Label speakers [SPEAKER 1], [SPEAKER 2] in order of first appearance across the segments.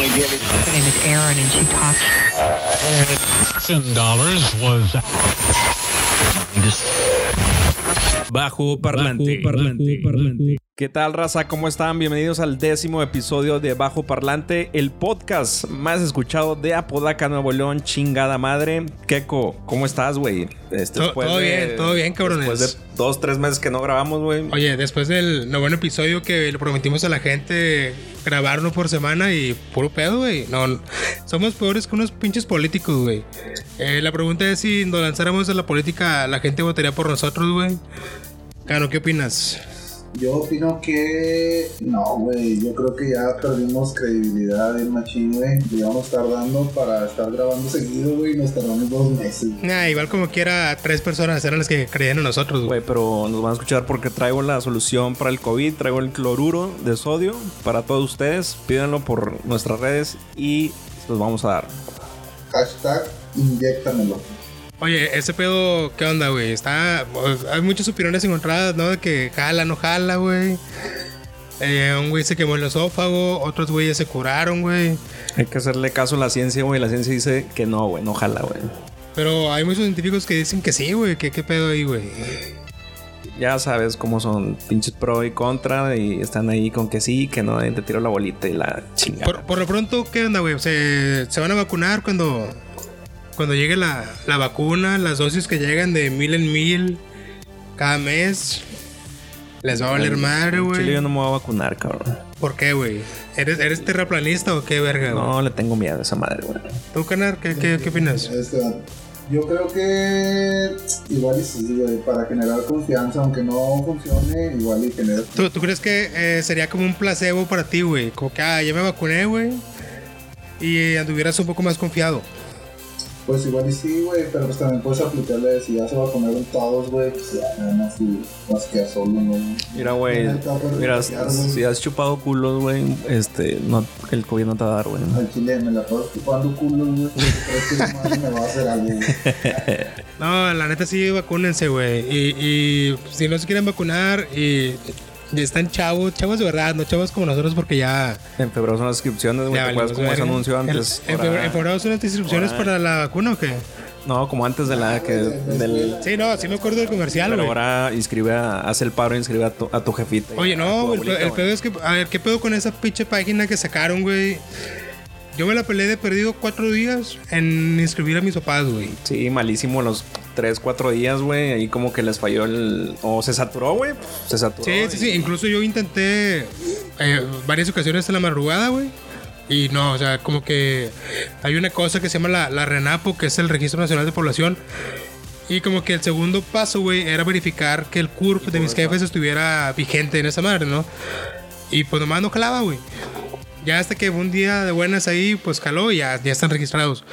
[SPEAKER 1] beginning.
[SPEAKER 2] Her name is Erin, and she talks.
[SPEAKER 3] dollars was
[SPEAKER 4] Bajo parlante.
[SPEAKER 5] ¿Qué tal, raza? ¿Cómo están? Bienvenidos al décimo episodio de Bajo Parlante, el podcast más escuchado de Apodaca, Nuevo León, chingada madre. Keko, ¿cómo estás, güey? Este,
[SPEAKER 4] To-
[SPEAKER 5] después
[SPEAKER 4] todo bien, todo bien, pues. cabrones.
[SPEAKER 5] Después de dos, tres meses que no grabamos, güey.
[SPEAKER 4] Oye, después del noveno episodio que le prometimos a la gente grabar uno por semana y puro pedo, güey. No, no. somos peores que unos pinches políticos, güey. Eh, la pregunta es si nos lanzáramos a la política, la gente votaría por nosotros, güey. Cano, ¿qué opinas?
[SPEAKER 6] Yo opino que no, güey. Yo creo que ya perdimos credibilidad en Machine, güey. Llevamos tardando para estar grabando seguido, güey. Nos tardamos dos meses.
[SPEAKER 4] Nah, igual como quiera, tres personas eran las que creían en nosotros, güey.
[SPEAKER 5] Güey, pero nos van a escuchar porque traigo la solución para el COVID, traigo el cloruro de sodio para todos ustedes. Pídanlo por nuestras redes y se los vamos a dar.
[SPEAKER 6] Hashtag inyectamelo.
[SPEAKER 4] Oye, ese pedo, ¿qué onda, güey? Está. Hay muchas opiniones encontradas, ¿no? De que jala, no jala, güey. Eh, un güey se quemó el esófago, otros güeyes se curaron, güey.
[SPEAKER 5] Hay que hacerle caso a la ciencia, güey. La ciencia dice que no, güey, no jala, güey.
[SPEAKER 4] Pero hay muchos científicos que dicen que sí, güey. que qué pedo ahí, güey?
[SPEAKER 5] Ya sabes cómo son pinches pro y contra y están ahí con que sí, que no, y te tiro la bolita y la chingada.
[SPEAKER 4] Por, por lo pronto, ¿qué onda, güey? ¿Se, se van a vacunar cuando, cuando llegue la, la vacuna, las dosis que llegan de mil en mil cada mes. Les va a valer madre,
[SPEAKER 5] En Chile yo
[SPEAKER 4] güey.
[SPEAKER 5] no me voy a vacunar, cabrón.
[SPEAKER 4] ¿Por qué, güey? ¿Eres, ¿Eres terraplanista o qué verga, güey?
[SPEAKER 5] No le tengo miedo a esa madre, güey.
[SPEAKER 4] ¿Tú, Canar, qué, qué, qué opinas?
[SPEAKER 6] Este, yo creo que igual y sí, güey. Para generar confianza, aunque no funcione, igual y genera.
[SPEAKER 4] ¿Tú, tú crees que eh, sería como un placebo para ti, güey? Como que, ah, ya me vacuné, güey. Y anduvieras un poco más confiado.
[SPEAKER 6] Pues igual y sí, güey. Pero pues también puedes aplicarle si ya se va a poner todos, güey. Pues ya, nada más y vas a quedar solo, ¿no?
[SPEAKER 5] Mira, güey.
[SPEAKER 6] No me está por
[SPEAKER 5] Mira,
[SPEAKER 6] regañar,
[SPEAKER 5] si
[SPEAKER 6] güey.
[SPEAKER 5] has chupado culos, güey, este, no, el COVID no te va a dar, güey.
[SPEAKER 6] Al chile me la puedo ocupando culo, güey. Creo que la madre me va a hacer algo, güey.
[SPEAKER 4] No, la neta sí, vacúnense, güey. Y, y si no se quieren vacunar y, y están chavos, chavos de verdad, no chavos como nosotros porque ya...
[SPEAKER 5] En febrero son las inscripciones, güey.
[SPEAKER 4] ya
[SPEAKER 5] ¿Te acuerdas
[SPEAKER 4] valimos
[SPEAKER 5] cómo se
[SPEAKER 4] verga.
[SPEAKER 5] anunció
[SPEAKER 4] El-
[SPEAKER 5] antes?
[SPEAKER 4] En,
[SPEAKER 5] Ahora-
[SPEAKER 4] febrero, en febrero son las inscripciones
[SPEAKER 5] Ahora- eh.
[SPEAKER 4] para la vacuna o qué?
[SPEAKER 5] No, como antes de la que del
[SPEAKER 4] Sí, no, sí me acuerdo del comercial,
[SPEAKER 5] pero
[SPEAKER 4] güey.
[SPEAKER 5] ahora inscribe a, haz el paro e inscribe a tu, a tu jefita.
[SPEAKER 4] Oye,
[SPEAKER 5] A tu
[SPEAKER 4] no, güey, el,
[SPEAKER 5] abuelita,
[SPEAKER 4] pe- el
[SPEAKER 5] güey.
[SPEAKER 4] pedo es que, a ver, ¿qué pedo con esa pinche página que sacaron, güey? Yo me la peleé de perdido cuatro días en inscribir a mis papás, güey.
[SPEAKER 5] Sí, malísimo los 3, 4 días, güey. Ahí como que les falló el. O se saturó, güey. Se saturó.
[SPEAKER 4] Sí, sí, sí.
[SPEAKER 5] y-
[SPEAKER 4] Incluso yo intenté eh, varias ocasiones en la madrugada, güey. Y no, o sea, como que hay una cosa que se llama la, la RENAPO, que es el Registro Nacional de Población. Y como que el segundo paso, güey, era verificar que el CURP de mis jefes estuviera vigente en esa madre, ¿no? Y pues nomás no jalaba, güey. Ya hasta que un día de buenas ahí, pues jaló y ya, ya están registrados.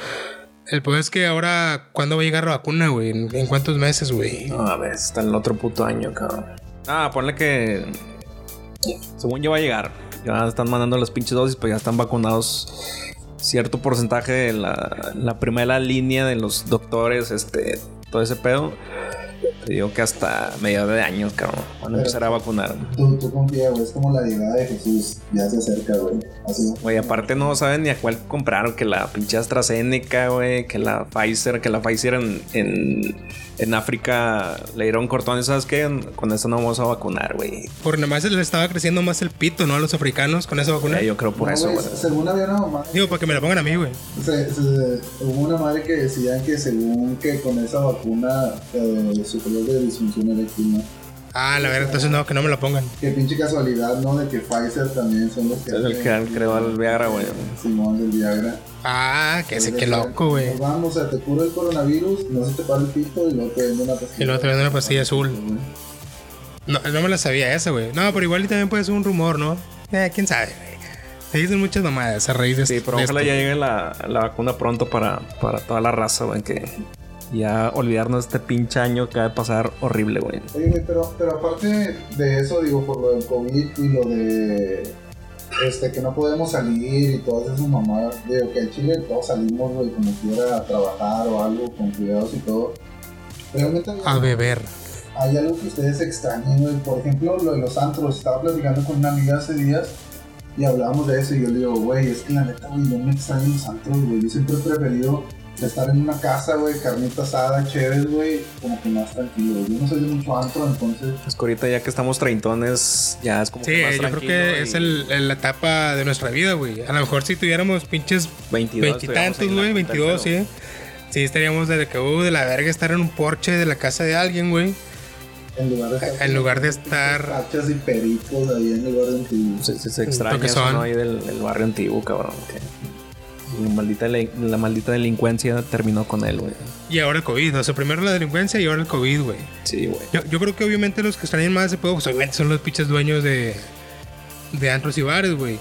[SPEAKER 4] El problema es que ahora, ¿cuándo va a llegar la vacuna, güey? ¿En, en cuántos meses, güey?
[SPEAKER 5] No, a ver, está el otro puto año, cabrón. Ah, ponle que. Según ya va a llegar. Ya están mandando las pinches dosis, pero ya están vacunados cierto porcentaje de la, la primera línea de los doctores, este, todo ese pedo. Te digo que hasta mediados de año, cabrón. Van a empezar a vacunar.
[SPEAKER 6] Tú, tú confía, güey. Es como la llegada de Jesús. Ya se acerca, güey. Así.
[SPEAKER 5] Güey, aparte no saben ni a cuál comprar, que la pinche AstraZeneca, güey, que la Pfizer, que la Pfizer en, en, en África le dieron cortones, ¿sabes qué? Con eso no vamos a vacunar, güey.
[SPEAKER 4] Por nada más les estaba creciendo más el pito, ¿no? A los africanos con esa vacuna.
[SPEAKER 5] Eh, Yo creo por
[SPEAKER 6] No,
[SPEAKER 5] eso,
[SPEAKER 6] güey,
[SPEAKER 5] güey.
[SPEAKER 6] Según había una mamá.
[SPEAKER 4] Digo, para que me la pongan a mí, güey.
[SPEAKER 6] se- se- hubo una madre que decía que según que con esa vacuna eh, sufrió de disfunción eréctil, ¿no?
[SPEAKER 4] Ah, la verdad, entonces no, que no me la pongan.
[SPEAKER 6] Qué pinche casualidad, ¿no? De que Pfizer también son los que.
[SPEAKER 5] Es el que han creado el Viagra, güey.
[SPEAKER 6] Simón del Viagra.
[SPEAKER 4] Ah, que se que
[SPEAKER 6] Entonces,
[SPEAKER 4] loco, güey.
[SPEAKER 6] nos Vamos, o sea, te cura el coronavirus, no se te para el pito y luego te venden una pastilla.
[SPEAKER 4] Y luego te venden una pastilla azul.
[SPEAKER 6] güey.
[SPEAKER 4] No, no me la sabía esa, güey. No, pero igual y también puede ser un rumor, ¿no? Eh, quién sabe, güey. Se dicen muchas mamadas a raíz de
[SPEAKER 5] Sí,
[SPEAKER 4] esto-
[SPEAKER 5] pero
[SPEAKER 4] de
[SPEAKER 5] ojalá
[SPEAKER 4] esto.
[SPEAKER 5] ya llegue la, la vacuna pronto para, para toda la raza, güey, que ya olvidarnos de este pinche año que va a pasar horrible, güey.
[SPEAKER 6] Oye, güey, pero, pero aparte de eso, digo, por lo del COVID y lo de este que no podemos salir y todas esas mamadas, digo que en Chile todos salimos, güey, como quiera a trabajar o algo, con cuidados y todo. Realmente hay,
[SPEAKER 4] A beber.
[SPEAKER 6] hay algo que ustedes extrañen, güey. Por ejemplo, lo de los antros. Estaba platicando con una amiga hace días Y hablábamos de eso y yo le digo, güey, es que la neta, güey, yo me extraño los antros, güey. Yo siempre he preferido estar en una casa, güey, carnita asada, chévere, güey, como que más tranquilo. Yo no soy de mucho antro, entonces...
[SPEAKER 5] Es que ahorita ya que estamos treintones, ya es como
[SPEAKER 4] Sí,
[SPEAKER 5] que más
[SPEAKER 4] yo creo
[SPEAKER 5] tranquilo
[SPEAKER 4] que
[SPEAKER 5] y
[SPEAKER 4] es el- el- la etapa de nuestra vida, güey. A lo mejor si tuviéramos pinches
[SPEAKER 5] 22, estuviéramos ahí
[SPEAKER 4] veintitantos,
[SPEAKER 5] en la
[SPEAKER 4] güey,
[SPEAKER 5] punta del
[SPEAKER 4] 22,
[SPEAKER 5] pedo.
[SPEAKER 4] sí. Sí, estaríamos de que, uh, de la verga estar en un porche de la casa de alguien, güey.
[SPEAKER 6] En lugar de estar,
[SPEAKER 4] En lugar de estar.
[SPEAKER 6] Tachas y pericos ahí en el barrio antiguo.
[SPEAKER 5] Se, se- se extraña
[SPEAKER 4] que
[SPEAKER 5] eso,
[SPEAKER 4] son.
[SPEAKER 5] ¿no? Ahí del, del barrio antiguo, cabrón. que la, maldita, le- la maldita delincuencia terminó con él, güey.
[SPEAKER 4] Y ahora el COVID, o sea, primero la delincuencia y ahora el COVID, güey.
[SPEAKER 5] Sí, güey.
[SPEAKER 4] Yo, yo creo que obviamente los que extrañan más ese pedo, pues obviamente son los pinches dueños de, de antros y bares, güey.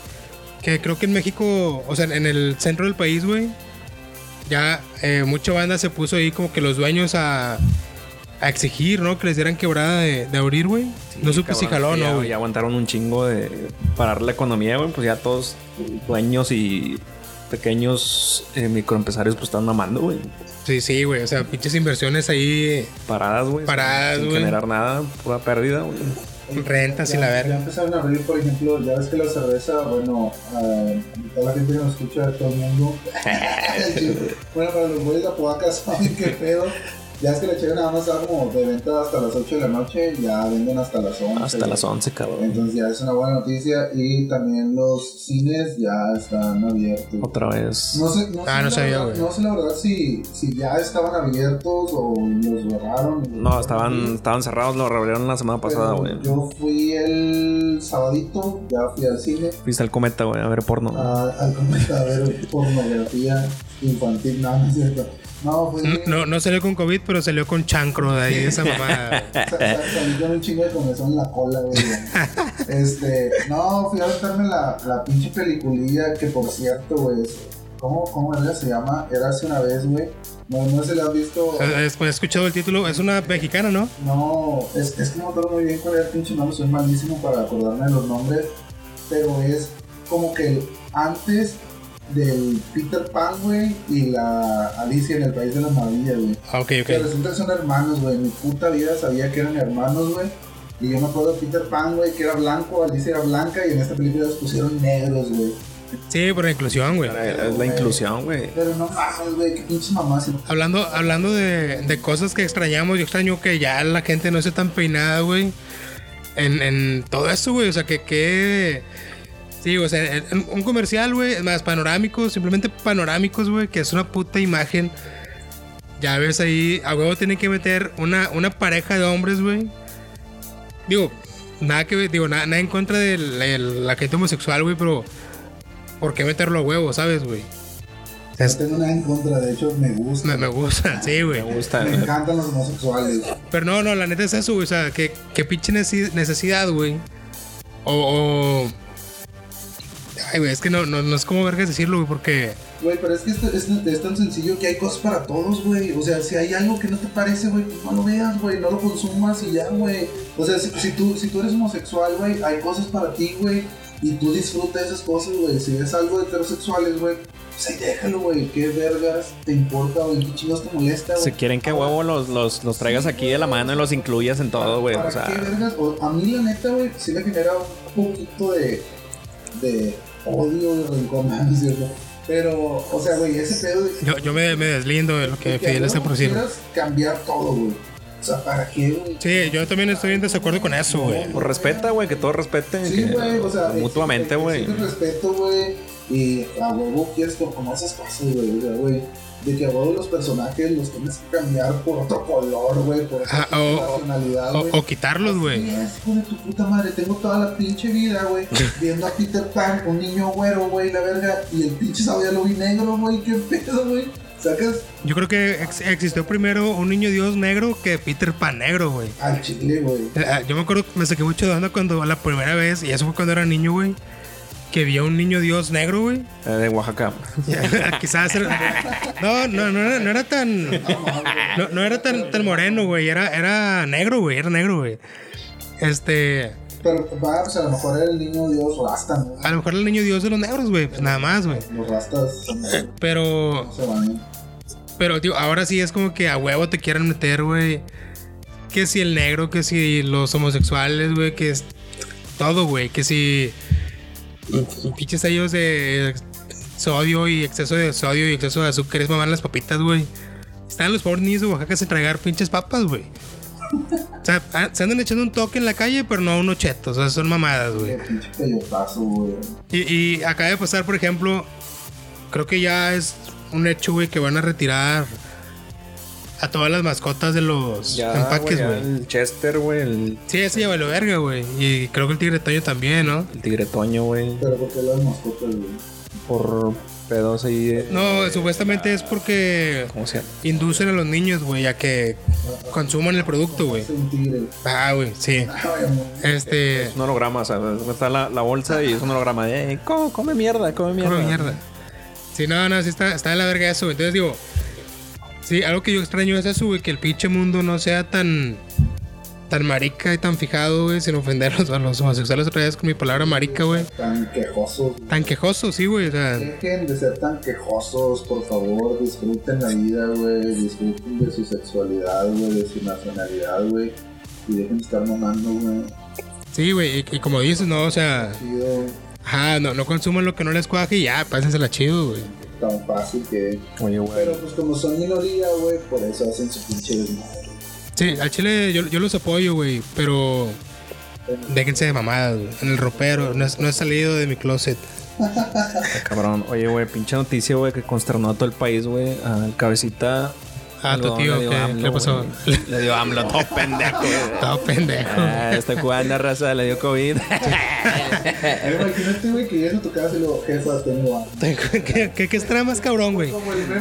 [SPEAKER 4] Que creo que en México, o sea, en el centro del país, güey, ya eh, mucha banda se puso ahí como que los dueños a, a exigir, ¿no? Que les dieran quebrada de, de abrir, güey. no
[SPEAKER 5] Sí,
[SPEAKER 4] supe si jaló
[SPEAKER 5] cabrón,
[SPEAKER 4] o
[SPEAKER 5] ya-
[SPEAKER 4] no, güey.
[SPEAKER 5] Ya aguantaron un chingo de parar la economía, güey. Pues ya todos dueños y pequeños eh, microempresarios pues están mamando, güey.
[SPEAKER 4] Sí, sí, güey. O sea, pinches inversiones ahí,
[SPEAKER 5] Paradas, güey. sin-
[SPEAKER 4] Paradas,
[SPEAKER 5] sin
[SPEAKER 4] güey.
[SPEAKER 5] generar nada, pura pérdida, güey.
[SPEAKER 4] rentas y
[SPEAKER 6] Ya-
[SPEAKER 4] la
[SPEAKER 6] Ya
[SPEAKER 4] verga.
[SPEAKER 6] empezaron a abrir, por ejemplo, ya ves que la cerveza, bueno, eh, toda la gente que nos escucha, todo el mundo. bueno, para los güeyes de Apodaca saben qué pedo. Ya es que la cheve nada más está como de venta hasta las 8 de la noche, ya venden hasta las 11.
[SPEAKER 5] Hasta las 11, cabrón.
[SPEAKER 6] Entonces ya es una buena noticia y también los cines ya están abiertos.
[SPEAKER 5] Otra vez.
[SPEAKER 6] No sé, no
[SPEAKER 4] Ah,
[SPEAKER 6] sé
[SPEAKER 4] no
[SPEAKER 6] la
[SPEAKER 4] sabía,
[SPEAKER 6] verdad-
[SPEAKER 4] güey.
[SPEAKER 6] no sé la verdad si, si ya estaban abiertos o los borraron.
[SPEAKER 5] No, estaban, estaban cerrados, lo revelaron la semana pasada,
[SPEAKER 6] Pero
[SPEAKER 5] güey.
[SPEAKER 6] Yo fui el sabadito, ya fui al cine,
[SPEAKER 5] Fuiste al cometa, güey, a ver porno. güey.
[SPEAKER 6] a, al cometa a ver pornografía infantil, nada, no es cierto. No, fui.
[SPEAKER 4] No, no salió con COVID, pero salió con chancro de ahí, esa mamada. güey.
[SPEAKER 6] sa- sa- Salí con un chingo de comezón en la cola, güey. Este, no, fui a buscarme la, la pinche peliculilla que, por cierto, güey, es- ¿cómo, ¿cómo era? Se llama, era hace una vez, güey. No, no se la has visto.
[SPEAKER 4] Es- He escuchado el título, es una mexicana, ¿no?
[SPEAKER 6] No, es, es que no me acuerdo muy bien cuál era el pinche nombre, soy malísimo para acordarme de los nombres, pero es como que antes del Peter Pan, güey, y la Alicia en el País de las Maravillas, güey.
[SPEAKER 4] Ah, ok, ok.
[SPEAKER 6] Que resulta que son hermanos, güey, mi puta vida sabía que eran hermanos, güey. Y yo me acuerdo de Peter Pan, güey, que era blanco, Alicia era blanca, y en esta película los pusieron negros, güey.
[SPEAKER 4] Sí, por la inclusión, güey.
[SPEAKER 5] Es la inclusión, güey.
[SPEAKER 6] Pero no mames, güey, qué pinche mamá, si no
[SPEAKER 4] Hablando, hablando de, de cosas que extrañamos, yo extraño que ya la gente no esté tan peinada, güey. En, en todo eso, güey. O sea, que quede. Sí, o sea, en- en un comercial, güey. Es más, panorámicos, simplemente panorámicos, güey, que es una puta imagen. Ya ves ahí, a huevo tienen que meter una, una pareja de hombres, güey. Digo, nada que ver, digo, nada, nada en contra de la, de la gente homosexual, güey, pero. ¿Por qué meterlo a huevo, sabes, güey? O sea, es-
[SPEAKER 6] tengo nada en contra, de hecho me gusta.
[SPEAKER 4] me, me gusta, sí, güey.
[SPEAKER 5] Me gusta.
[SPEAKER 6] Me
[SPEAKER 5] güey.
[SPEAKER 6] encantan los homosexuales.
[SPEAKER 4] Pero no, no, la neta es eso, güey. O sea, que, que pinche neci- necesidad, güey. O, o- Ay, güey, es que no, no, no es como vergas decirlo, güey, porque.
[SPEAKER 6] Güey, pero es que esto- es, es tan sencillo que hay cosas para todos, güey. O sea, si hay algo que no te parece, güey, pues no lo veas, güey. No lo consumas y ya, güey. O sea, si, si tú, si tú eres homosexual, güey, hay cosas para ti, güey. Y tú disfruta esas cosas, güey. Si ves algo de heterosexuales, güey, pues ahí déjalo, güey. ¿Qué vergas te importa, güey? ¿Qué chingos te molesta, güey?
[SPEAKER 5] Si quieren que a huevo los, los, los traigas aquí de la mano y los incluyas en todo, güey.
[SPEAKER 6] ¿Para
[SPEAKER 5] O sea,
[SPEAKER 6] qué vergas? O- a mí, la neta, güey, sí me genera un poquito de, de odio y rencor, ¿no es cierto? Pero, o sea, güey, ese pedo de que
[SPEAKER 4] Yo, yo me, me deslindo de lo que este
[SPEAKER 6] Que
[SPEAKER 4] Fidel está
[SPEAKER 6] no
[SPEAKER 4] por decir.
[SPEAKER 6] quieras cambiar todo, güey. O sea, ¿para qué, güey?
[SPEAKER 4] Sí, yo también estoy en desacuerdo con eso, güey.
[SPEAKER 5] pues respeta, güey, que todos respeten.
[SPEAKER 6] Sí,
[SPEAKER 5] que-
[SPEAKER 6] güey, o sea...
[SPEAKER 5] mutuamente,
[SPEAKER 6] existe-
[SPEAKER 5] güey.
[SPEAKER 6] existe respeto, güey. Y a huevo quieres como, como esas cosas, güey. O sea, güey, de que a huevo los personajes los tienes que cambiar por otro color, güey. Por otra
[SPEAKER 4] Ah, o- o-
[SPEAKER 6] nacionalidad,
[SPEAKER 4] O,
[SPEAKER 6] güey.
[SPEAKER 4] o quitarlos, güey.
[SPEAKER 6] Así es, hijo de tu puta madre, tengo toda la pinche vida, güey, viendo a Peter Pan, un niño güero, güey, la verga, y el pinche sabía lo vi negro, güey, qué pedo, güey. Sacas
[SPEAKER 4] Yo creo que ex- existió primero un niño Dios negro que Peter Pan negro, güey.
[SPEAKER 6] al chile, güey.
[SPEAKER 4] Eh, ah, Yo me acuerdo, me saqué mucho de onda cuando la primera vez, y eso fue cuando era niño, güey, que vi a un niño Dios negro, güey.
[SPEAKER 5] Eh, de Oaxaca.
[SPEAKER 4] Quizás era- No, no, no, era- no era tan. No, no era tan, tan moreno, güey. Era, era negro, güey. Era negro, güey. Este.
[SPEAKER 6] Pero, va, pues a lo mejor era el niño Dios Rasta, ¿no?
[SPEAKER 4] A lo mejor era el niño Dios de los negros, güey. Pues nada más, güey.
[SPEAKER 6] Los rastas son- no
[SPEAKER 4] Pero.
[SPEAKER 6] se van.
[SPEAKER 4] Pero, tío, ahora sí es como que a huevo te quieren meter, güey. Que si el negro, que si los homosexuales, güey, que es todo, güey. Que si pinches sellos de sodio y exceso de sodio y exceso de azúcar es mamar las papitas, güey. Están los pobres niños de Oaxaca se tragar pinches papas, güey. O sea, a- se andan echando un toque en la calle, pero no unos chetos. O sea, son mamadas, güey.
[SPEAKER 6] Qué pinche pelotazo, güey.
[SPEAKER 4] Y, y acaba de pasar, por ejemplo, creo que ya es un hecho, güey, que van a retirar a todas las mascotas de los
[SPEAKER 5] Ya,
[SPEAKER 4] empaques,
[SPEAKER 5] güey, ya
[SPEAKER 4] güey.
[SPEAKER 5] El Chester, güey. El,
[SPEAKER 4] Sí, ese ya valió verga, güey. Y creo que el tigre Toño también, ¿no?
[SPEAKER 5] el tigre Toño, güey.
[SPEAKER 6] Pero porque las mascotas, güey.
[SPEAKER 5] Por pedos ahí. de-
[SPEAKER 4] No, supuestamente es porque
[SPEAKER 5] ¿Cómo se llama?
[SPEAKER 4] inducen a los niños, güey, a que consuman el producto, güey.
[SPEAKER 6] Es un tigre.
[SPEAKER 4] Ah, güey, sí.
[SPEAKER 6] Ay, amor. Eh.
[SPEAKER 4] Este.
[SPEAKER 5] Es un holograma, o sea, está la, la bolsa y es un holograma de, "Eh, co- come mierda, come mierda.
[SPEAKER 4] Come mierda. Sí, no, no, sí está, está de la verga eso. güey. Entonces digo, sí, algo que yo extraño es eso, güey, que el pinche mundo no sea tan tan marica y tan fijado, güey, sin ofender a los, a los homosexuales otra vez con mi palabra marica, güey.
[SPEAKER 6] Tan quejosos. güey.
[SPEAKER 4] Tan quejoso, sí, güey, o sea,
[SPEAKER 6] Dejen de ser tan quejosos, por favor. Disfruten la vida, güey. Disfruten de su sexualidad, güey. De su nacionalidad, güey. Y dejen de estar mamando, güey.
[SPEAKER 4] sí, güey, y, y como dices, no, o sea,
[SPEAKER 6] Chido.
[SPEAKER 4] ajá, no, no consuman lo que no les cuaje y ya, pásensela chido, güey.
[SPEAKER 6] Tan fácil que es.
[SPEAKER 5] Oye, güey.
[SPEAKER 6] Pero pues como son minoría, güey, por eso hacen su pinche desmadre.
[SPEAKER 4] Sí, al chile yo, yo los apoyo, güey, pero déjense de mamadas, güey. En el ropero, no, he- no he salido de mi closet.
[SPEAKER 5] Ah, Cabrón, oye, güey, pinche noticia, güey, que consternó a todo el país, güey. Al cabecita.
[SPEAKER 4] Ah, tu
[SPEAKER 5] Algodón
[SPEAKER 4] tío,
[SPEAKER 5] le dio
[SPEAKER 4] ¿qué-
[SPEAKER 5] AMLO,
[SPEAKER 4] qué le pasó?
[SPEAKER 5] güey. Le dio AMLO, todo pendejo, güey.
[SPEAKER 4] Todo pendejo.
[SPEAKER 5] Ah, esta cubana raza le dio COVID.
[SPEAKER 6] Ay, Imagínate, güey, que llegas a tu casa y luego, jefa, tengo hambre.
[SPEAKER 4] ¿Qué, qué, qué está más cabrón, güey?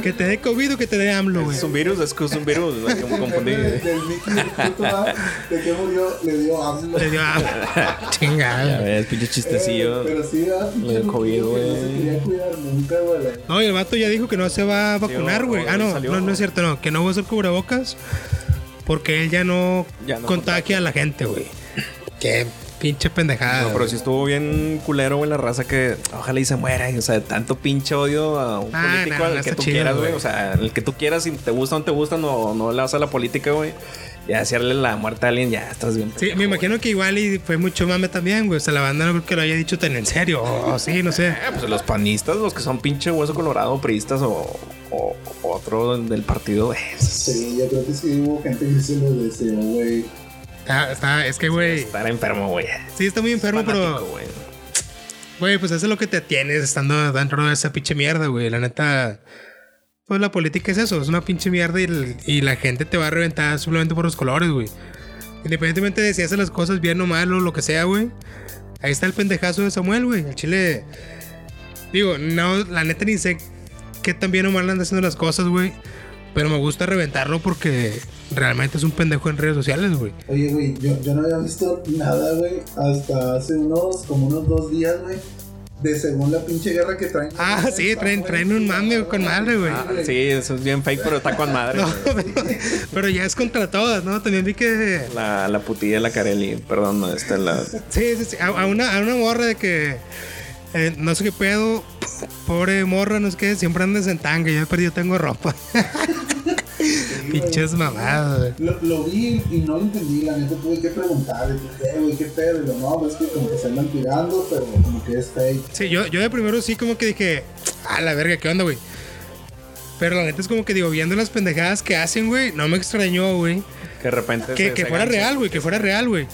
[SPEAKER 4] ¿Que te dé COVID o que te dé AMLO, güey?
[SPEAKER 5] es un virus, es que es un virus, güey, que me confundí.
[SPEAKER 6] Enfermo del- del Mickey, del puto, ah, de que murió, le dio hambre.
[SPEAKER 4] Le dio AMLO.
[SPEAKER 5] A
[SPEAKER 4] Chingada.
[SPEAKER 5] ver, pinche chistecillo.
[SPEAKER 6] Pero sí, ah,
[SPEAKER 5] Le dio COVID,
[SPEAKER 6] que No se
[SPEAKER 5] güey.
[SPEAKER 6] quería cuidar nunca, güey.
[SPEAKER 4] No, y el vato ya dijo que no se va a vacunar,
[SPEAKER 5] o-
[SPEAKER 4] güey.
[SPEAKER 5] o
[SPEAKER 4] Ah, no,
[SPEAKER 5] salió-
[SPEAKER 4] no, no es cierto, no. Que no va a usar cubrebocas porque él ya no,
[SPEAKER 5] Ya no
[SPEAKER 4] contagia a la gente, güey. Qué pinche pendejada.
[SPEAKER 5] No, pero
[SPEAKER 4] güey.
[SPEAKER 5] si estuvo bien culero, güey, la raza que ojalá y se muera. y, o sea, tanto pinche odio a un
[SPEAKER 4] Ah,
[SPEAKER 5] político
[SPEAKER 4] no,
[SPEAKER 5] al
[SPEAKER 4] no
[SPEAKER 5] que
[SPEAKER 4] está
[SPEAKER 5] tú
[SPEAKER 4] chido,
[SPEAKER 5] quieras, güey.
[SPEAKER 4] güey.
[SPEAKER 5] O sea, el que tú quieras, si te gusta o no te gusta, no, no le vas a la política, güey. Ya hacerle la muerte a alguien, ya estás bien.
[SPEAKER 4] Sí,
[SPEAKER 5] pendejo,
[SPEAKER 4] me
[SPEAKER 5] güey.
[SPEAKER 4] imagino que igual y fue mucho mame también, güey. O sea, la banda no creo que lo haya dicho tan en serio. O, o sí, no sé.
[SPEAKER 5] Ah, pues los panistas, los que son pinche hueso colorado, priistas o, o- o otro del partido. güey.
[SPEAKER 6] Sí, yo creo que sí hubo gente que se lo deseó, güey.
[SPEAKER 4] Está, Ah, está- es que, güey.
[SPEAKER 5] Estar enfermo, güey.
[SPEAKER 4] Sí, está muy enfermo, pero.
[SPEAKER 5] Fanático, güey.
[SPEAKER 4] Güey, pues eso es lo que te tienes estando dentro de esa pinche mierda, güey. La neta. Pues la política es eso, es una pinche mierda y, l- y la gente te va a reventar simplemente por los colores, güey. Independientemente de si haces las cosas bien o mal o lo que sea, güey. Ahí está el pendejazo de Samuel, güey. El chile. Digo, no, la neta ni sé qué tan bien o mal andan haciendo las cosas, güey. Pero me gusta reventarlo porque realmente es un pendejo en redes sociales, güey.
[SPEAKER 6] Oye, güey, yo, yo no había visto nada, güey, hasta hace unos, como unos dos días, güey, de según la pinche guerra que traen.
[SPEAKER 4] Ah, sí, traen- traen un mame con madre, güey.
[SPEAKER 5] Ah, sí, eso es bien fake, pero está con madre.
[SPEAKER 4] No,
[SPEAKER 5] güey.
[SPEAKER 4] pero, pero ya es contra todas, ¿no? También vi que.
[SPEAKER 5] La, la putilla de la Carelli, perdón, no, esta la.
[SPEAKER 4] Sí, sí, sí. A, a una, a una morra de que. eh, no sé qué pedo. Pobre morra, no sé qué. Siempre andas en tanga. Ya perdí, tengo ropa. Pinches mamadas, güey.
[SPEAKER 6] Lo, lo vi y no lo entendí, la neta tuve que preguntar, le dije, "Eh, güey, qué pedo, y lo no, pues, es que como que se andan tirando, pero como que es fake.
[SPEAKER 4] Sí, yo, yo de primero sí como que dije, a la verga, ¿qué onda, güey? Pero la neta es como que digo, viendo las pendejadas que hacen, güey, no me extrañó, güey.
[SPEAKER 5] Que de repente.
[SPEAKER 4] Que,
[SPEAKER 5] se-
[SPEAKER 4] que
[SPEAKER 5] se
[SPEAKER 4] fuera
[SPEAKER 5] gancha.
[SPEAKER 4] real, güey, que fuera real, güey.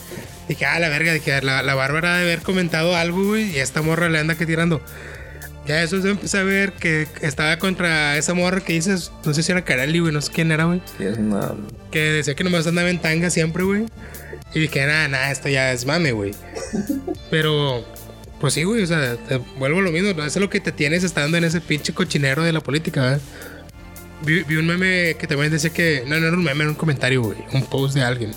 [SPEAKER 4] Dije, ah, la verga, dije, la, la Bárbara ha de haber comentado algo, güey, y esta morra le anda que tirando. Ya eso se empecé a ver que estaba contra esa morra que dices, no sé si era Carelli, güey, no sé quién era, güey.
[SPEAKER 5] Sí, es una.
[SPEAKER 4] Que decía que nomás andaba en tanga siempre, güey. Y dije, nada, nada, esto ya es mame, güey. Pero, pues sí, güey, o sea, te- vuelvo a lo mismo. ¿no? Eso es lo que te tienes estando en ese pinche cochinero de la política, ¿verdad? Vi, vi un meme que también decía que. No, no era un meme, era un comentario, güey. Un post de alguien.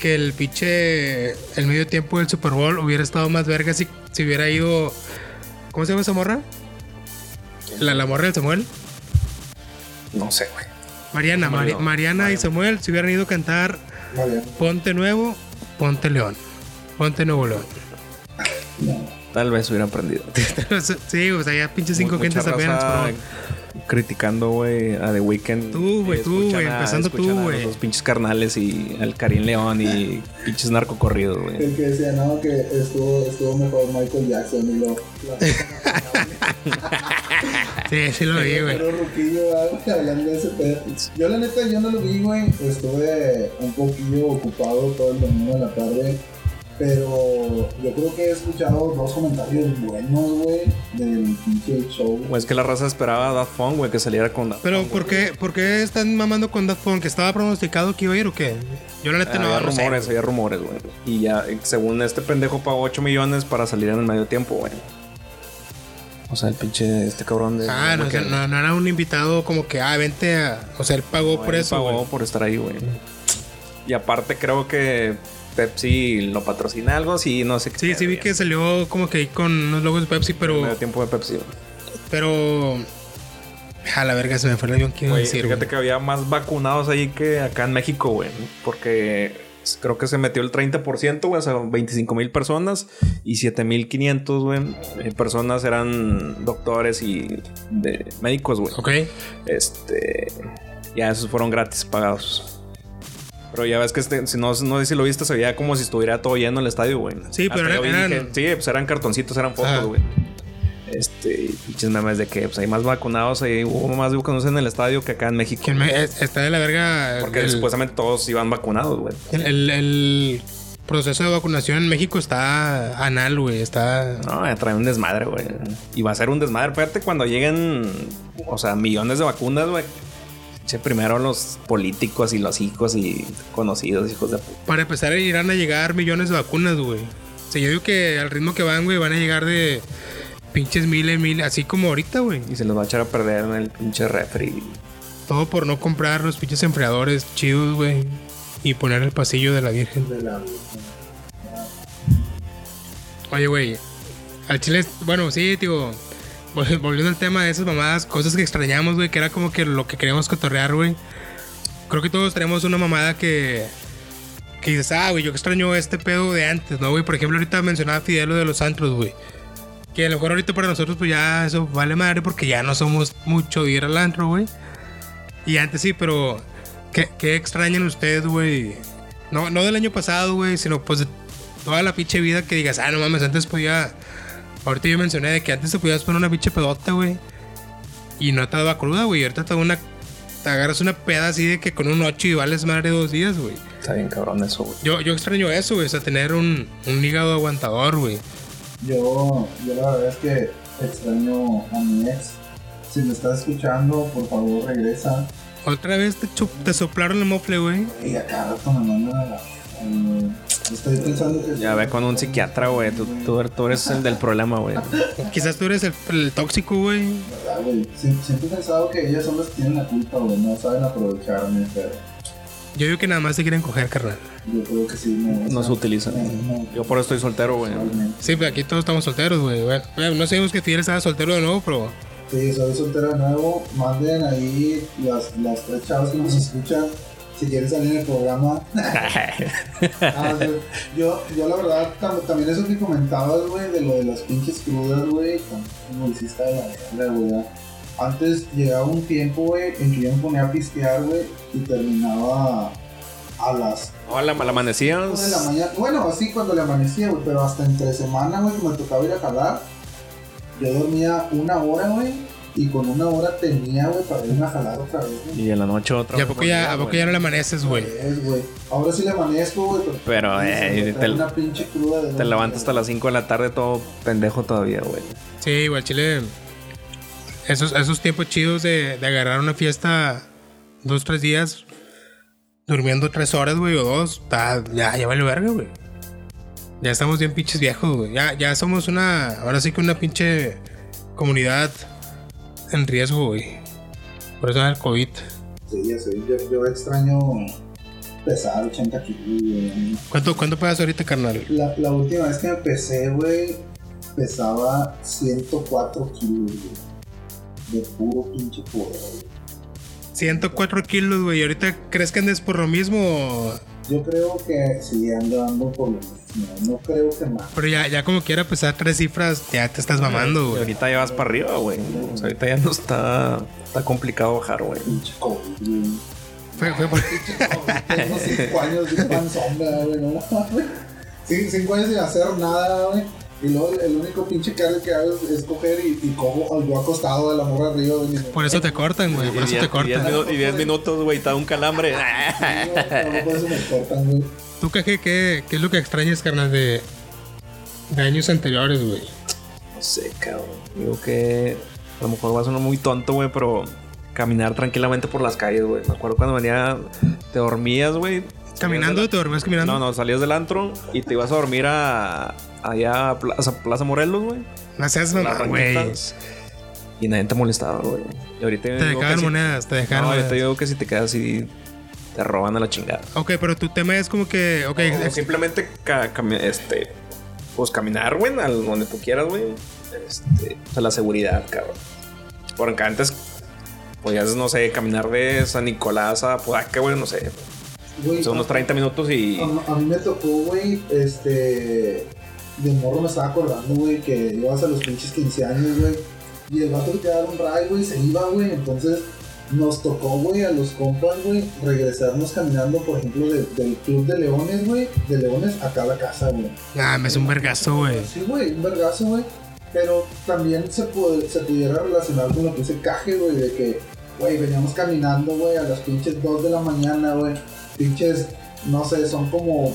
[SPEAKER 4] Que el pinche. El medio tiempo del Super Bowl hubiera estado más verga si, si hubiera ido. ¿Cómo se llama esa morra? La, la morra del Samuel.
[SPEAKER 5] No sé, güey.
[SPEAKER 4] Mariana,
[SPEAKER 5] Samuel
[SPEAKER 4] Mari-
[SPEAKER 5] no.
[SPEAKER 4] Mariana y
[SPEAKER 5] Mariana.
[SPEAKER 4] Samuel se hubieran ido a cantar
[SPEAKER 6] Vale,
[SPEAKER 4] Ponte Nuevo, Ponte León. Ponte Nuevo León.
[SPEAKER 6] no.
[SPEAKER 5] Tal vez hubiera aprendido.
[SPEAKER 4] sí, o sea, ya pinche cinco
[SPEAKER 5] Mu- mucha
[SPEAKER 4] gentes apenas,
[SPEAKER 5] raza
[SPEAKER 4] pero-
[SPEAKER 5] criticando, güey, a The Weeknd.
[SPEAKER 4] Tú, güey,
[SPEAKER 5] Eh,
[SPEAKER 4] tú,
[SPEAKER 5] escuchan
[SPEAKER 4] güey,
[SPEAKER 5] a-
[SPEAKER 4] empezando
[SPEAKER 5] escuchan
[SPEAKER 4] tú,
[SPEAKER 5] a
[SPEAKER 4] güey.
[SPEAKER 5] Los dos pinches carnales y al Karim León y pinches narcocorridos, güey.
[SPEAKER 6] El que decía, no, que estuvo, estuvo mejor Michael Jackson y lo. la-
[SPEAKER 4] Sí, sí lo vi, güey.
[SPEAKER 6] Pero Ruquillo, ¿verdad? hablando de ese pedo. Yo, la neta, yo no lo vi, güey. Estuve un poquillo ocupado todo el domingo en la tarde. Pero yo creo que he escuchado dos comentarios buenos, güey, del pinche show.
[SPEAKER 5] Güey, Es que la raza esperaba a Daft Punk, güey, que saliera con Daft
[SPEAKER 4] Pero ¿por qué, ¿por qué están mamando con Daft Punk? ¿Estaba pronosticado que iba a ir o qué? Yo la neta Este no,
[SPEAKER 5] Ah, había
[SPEAKER 4] no sé.
[SPEAKER 5] rumores, eh, había rumores, güey. Y ya, eh, según este pendejo, pagó 8 millones para salir en el medio tiempo, güey. O sea, el pinche, este cabrón de.
[SPEAKER 4] Ah, no, o sea,
[SPEAKER 5] que-
[SPEAKER 4] no, no era un invitado como que, ah, vente a... O sea, él pagó
[SPEAKER 5] no,
[SPEAKER 4] por
[SPEAKER 5] él
[SPEAKER 4] eso,
[SPEAKER 5] Pagó
[SPEAKER 4] güey.
[SPEAKER 5] por estar ahí, güey. Y aparte, creo que Pepsi lo patrocina algo, sí, no sé qué.
[SPEAKER 4] Sí, sí vi que
[SPEAKER 5] es
[SPEAKER 4] salió como que ahí con unos logos de Pepsi,
[SPEAKER 5] Medio
[SPEAKER 4] pero...
[SPEAKER 5] tiempo de Pepsi, güey.
[SPEAKER 4] Pero... A la verga, se me fue el avión que iba a
[SPEAKER 5] Güey,
[SPEAKER 4] decir,
[SPEAKER 5] fíjate
[SPEAKER 4] güey.
[SPEAKER 5] que había más vacunados ahí que acá en México, güey. Porque s- creo que se metió el 30%, güey. O sea, 25 mil personas y 7.500, güey. eh, personas eran doctores y de médicos, güey.
[SPEAKER 4] Ok.
[SPEAKER 5] Este... Ya esos fueron gratis, pagados. Pero ya ves que este- si no, no sé si lo viste, se veía como si estuviera todo lleno el estadio, güey.
[SPEAKER 4] Sí, pero
[SPEAKER 5] Hasta yo vi y
[SPEAKER 4] eran-
[SPEAKER 5] dije, sí, pues eran cartoncitos, eran
[SPEAKER 4] Ajá.
[SPEAKER 5] fotos, güey. Este, y pinches memes de que pues, hay más vacunados, hay, hubo más vacunados en el estadio que acá en México.
[SPEAKER 4] ¿Quién me- es- está de la verga...
[SPEAKER 5] Porque
[SPEAKER 4] el-
[SPEAKER 5] supuestamente todos iban vacunados, güey.
[SPEAKER 4] El, el- el proceso de vacunación en México está anal, güey. Está.
[SPEAKER 5] No, eh, trae un desmadre, güey. Y va a ser un desmadre. Fíjate cuando lleguen, o sea, millones de vacunas, güey. Che, primero los políticos y los hijos y conocidos, hijos de puta.
[SPEAKER 4] Para empezar, irán a llegar millones de vacunas, güey. O sea, yo digo que al ritmo que van, güey, van a llegar de pinches miles, miles, así como ahorita, güey.
[SPEAKER 5] Y se los va a echar a perder en el pinche refri.
[SPEAKER 4] Todo por no comprar los pinches enfriadores chidos, güey. Y poner el pasillo de la Virgen.
[SPEAKER 6] De la.
[SPEAKER 4] Oye, güey. Al chile, es- bueno, sí, digo. vol- Volviendo al tema de esas mamadas, cosas que extrañamos, güey, que era como que lo que queríamos cotorrear, güey. Creo que todos tenemos una mamada que. Que dices, ah, güey, yo extraño este pedo de antes, ¿no, güey? Por ejemplo, ahorita mencionaba Fidel lo de los antros, güey. Que a lo mejor ahorita para nosotros, pues ya eso vale madre porque ya no somos mucho de ir al antro, güey. Y antes sí, pero. ¿Qué, qué extrañan ustedes, güey? No, no del año pasado, güey, sino pues de toda la pinche vida que digas, ah, no mames, antes podía. Ahorita yo mencioné de que antes te podías poner una pinche pedota, güey. Y no te daba cruda, güey. Ahorita te, da una, te agarras una peda así de que con un 8 y vales madre dos días, güey.
[SPEAKER 5] Está bien cabrón eso, güey.
[SPEAKER 4] Yo, yo extraño eso, güey. O sea, tener un, un hígado aguantador, güey.
[SPEAKER 6] Yo, yo la verdad es que extraño a mi ex. Si me estás escuchando, por favor regresa.
[SPEAKER 4] Otra vez te, chup- te soplaron el mofle, güey.
[SPEAKER 6] Y a cada rato me mandan a la. eh, Estoy pensando que.
[SPEAKER 5] Ya ve con un psiquiatra, güey. Tú, tú, tú eres el del problema, güey.
[SPEAKER 4] Quizás tú eres el, el tóxico, güey.
[SPEAKER 6] ¿Verdad, Ah, güey? Sie- Siempre, he pensado que ellas son las que tienen la culpa, güey. No saben aprovecharme, pero
[SPEAKER 4] Yo digo que nada más te quieren coger, carnal.
[SPEAKER 6] yo creo que sí. No,
[SPEAKER 5] Nos utilizan. Yo por eso estoy soltero, güey.
[SPEAKER 4] Sí, pero aquí todos estamos solteros, güey. Bueno, bueno, no sabemos que Fidel estaba soltero de nuevo, pero
[SPEAKER 6] Sí, soy soltero de nuevo. Manden ahí las, las tres chavas que nos escuchan. Si quieren salir en el programa. Ah, sí. yo, yo la verdad, tam- también eso que comentabas, güey, de lo de las pinches crudas, güey, como hiciste de la verga, güey. ya. Antes llegaba un tiempo, güey, en que yo me ponía a pistear, güey, y terminaba a las
[SPEAKER 5] Hola, mal amanecías.
[SPEAKER 6] 1 de la mañana. Bueno, así cuando le amanecía, güey, pero hasta entre semana, güey, que me tocaba ir a jalar, yo dormía una hora, güey, y con una hora tenía, güey, para irme a jalar otra vez, güey.
[SPEAKER 5] Y en la noche otra.
[SPEAKER 4] ¿y a poco ya, a poco ya no le amaneces, güey?
[SPEAKER 6] Es, güey. Ahora sí le amanezco, güey, pero.
[SPEAKER 5] Pero, eh,
[SPEAKER 6] me
[SPEAKER 5] te-
[SPEAKER 6] trae una pinche cruda de
[SPEAKER 5] Te
[SPEAKER 6] dos
[SPEAKER 5] levantas hasta
[SPEAKER 6] días.
[SPEAKER 5] las 5 de la tarde todo pendejo todavía, güey.
[SPEAKER 4] Sí, igual Chile. Esos, esos tiempos chidos de, de agarrar una fiesta dos, tres días, durmiendo tres horas, güey, o dos, ta- ya, ya vale verga, güey. Ya estamos bien pinches viejos, güey. Ya, ya somos una, ahora sí que una pinche comunidad en riesgo, güey. Por eso es el COVID.
[SPEAKER 6] Sí, ya sé. Yo, yo extraño pesar 80 kilos, güey.
[SPEAKER 4] ¿Cuánto, cuánto pagas ahorita, carnal?
[SPEAKER 6] La, la última vez que me pesé, güey, pesaba 104 kilos, güey. De puro pinche poder, güey.
[SPEAKER 4] 104 kilos, güey. ¿Y ahorita crees que andes por lo mismo? o-
[SPEAKER 6] Yo creo que sí, ando, ando por lo mismo. No creo que más.
[SPEAKER 4] Pero ya, ya como quiera pesar tres cifras, ya te estás mamando,
[SPEAKER 5] Y
[SPEAKER 4] güey.
[SPEAKER 5] ahorita ya vas para arriba, güey. O sea, ahorita ya no está, está complicado bajar, güey.
[SPEAKER 6] Pinche COVID, güey.
[SPEAKER 4] Fue- fue por-
[SPEAKER 6] Pinche COVID. Tengo 5 años de panzón, ¿verdad, güey. No mames. Sí, 5 años sin hacer nada, güey. Y luego el- el único pinche cargo que hago es, es coger y, y como yo acostado de la morra arriba, güey.
[SPEAKER 4] Por eso te cortan, güey. Por eso te cortan.
[SPEAKER 6] minu- y diez
[SPEAKER 5] minutos, güey, está un calambre.
[SPEAKER 6] Sí, güey, no, por eso me cortan, güey.
[SPEAKER 4] ¿Tú Caje, qué, qué es lo que extrañas, carnal, de, de años anteriores, güey?
[SPEAKER 5] No sé, cabrón. Digo que a lo mejor va a sonar muy tonto, güey, pero caminar tranquilamente por las calles, güey. Me acuerdo cuando venía, te dormías, güey.
[SPEAKER 4] ¿Caminando? ¿Te dormías caminando?
[SPEAKER 5] No, no, salías del antro y te ibas a dormir a allá a Plaza, Plaza Morelos, güey.
[SPEAKER 4] No seas
[SPEAKER 5] Las
[SPEAKER 4] mamá, güey.
[SPEAKER 5] banquetas. Y nadie te molestaba, güey. Y ahorita
[SPEAKER 4] Te dejaban monedas, te dejaban
[SPEAKER 5] No, yo
[SPEAKER 4] monedas.
[SPEAKER 5] te digo que si te quedas así, te roban a la chingada.
[SPEAKER 4] Ok, pero tu tema es como que. Ok,
[SPEAKER 5] O
[SPEAKER 4] ex-
[SPEAKER 5] simplemente ca- cami- este, pues caminar, güey, al donde tú quieras, güey. Este, o sea, la seguridad, cabrón. Porque antes podías, no sé, caminar de San Nicolás a Podaca, güey, no sé.
[SPEAKER 6] Güey,
[SPEAKER 5] Son unos 30 minutos y.
[SPEAKER 6] A, a mí me tocó, güey, este. De morro me estaba acordando, güey, que ibas a los pinches 15 años, güey. Y el vato que te daba un ride, güey, se iba, güey. Entonces nos tocó, güey, a los compas, güey, regresarnos caminando, por ejemplo, de- del club de leones, güey, de leones acá a la casa, güey.
[SPEAKER 4] Ah, me es un vergazo, güey.
[SPEAKER 6] Sí, güey, un vergazo, güey. Pero también se, puede- se pudiera relacionar con lo que dice Caje, güey, de que, güey, veníamos caminando, güey, a las pinches 2 de la mañana, güey. Pinches, no sé, son como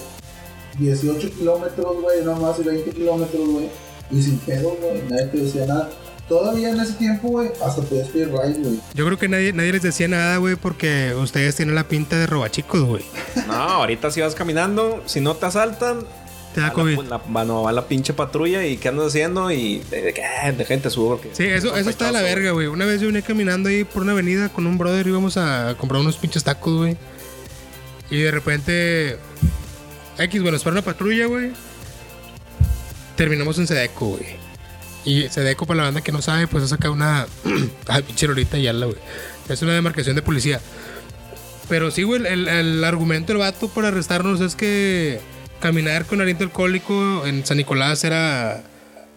[SPEAKER 6] 18 kilómetros, güey, no más, y 20 kilómetros, güey. Y sin pedo, güey, nadie te decía nada. Todavía en ese tiempo, güey, hasta podías pedir ride, güey.
[SPEAKER 4] Yo creo que nadie, nadie les decía nada, güey, porque ustedes tienen la pinta de robachicos, güey.
[SPEAKER 5] No, ahorita si vas caminando, si no te asaltan,
[SPEAKER 4] Te da
[SPEAKER 5] va la,
[SPEAKER 4] COVID.
[SPEAKER 5] la- va- no, va la pinche patrulla y qué andas haciendo y de, de, de- de gente subo. Que,
[SPEAKER 4] Sí, eso, eso está de la
[SPEAKER 5] sospechoso,
[SPEAKER 4] verga, güey. Una vez yo venía caminando ahí por una avenida con un brother íbamos a comprar unos pinches tacos, güey. Y de repente. X, bueno, para una patrulla, güey. Terminamos en Sedeco, güey. Y Sedeco, para la banda que no sabe, pues ha sacado una. Ay, pinche Lolita Ayala, güey. Es una demarcación de policía. Pero sí, güey, el, el argumento del vato para arrestarnos es que caminar con aliento alcohólico en San Nicolás era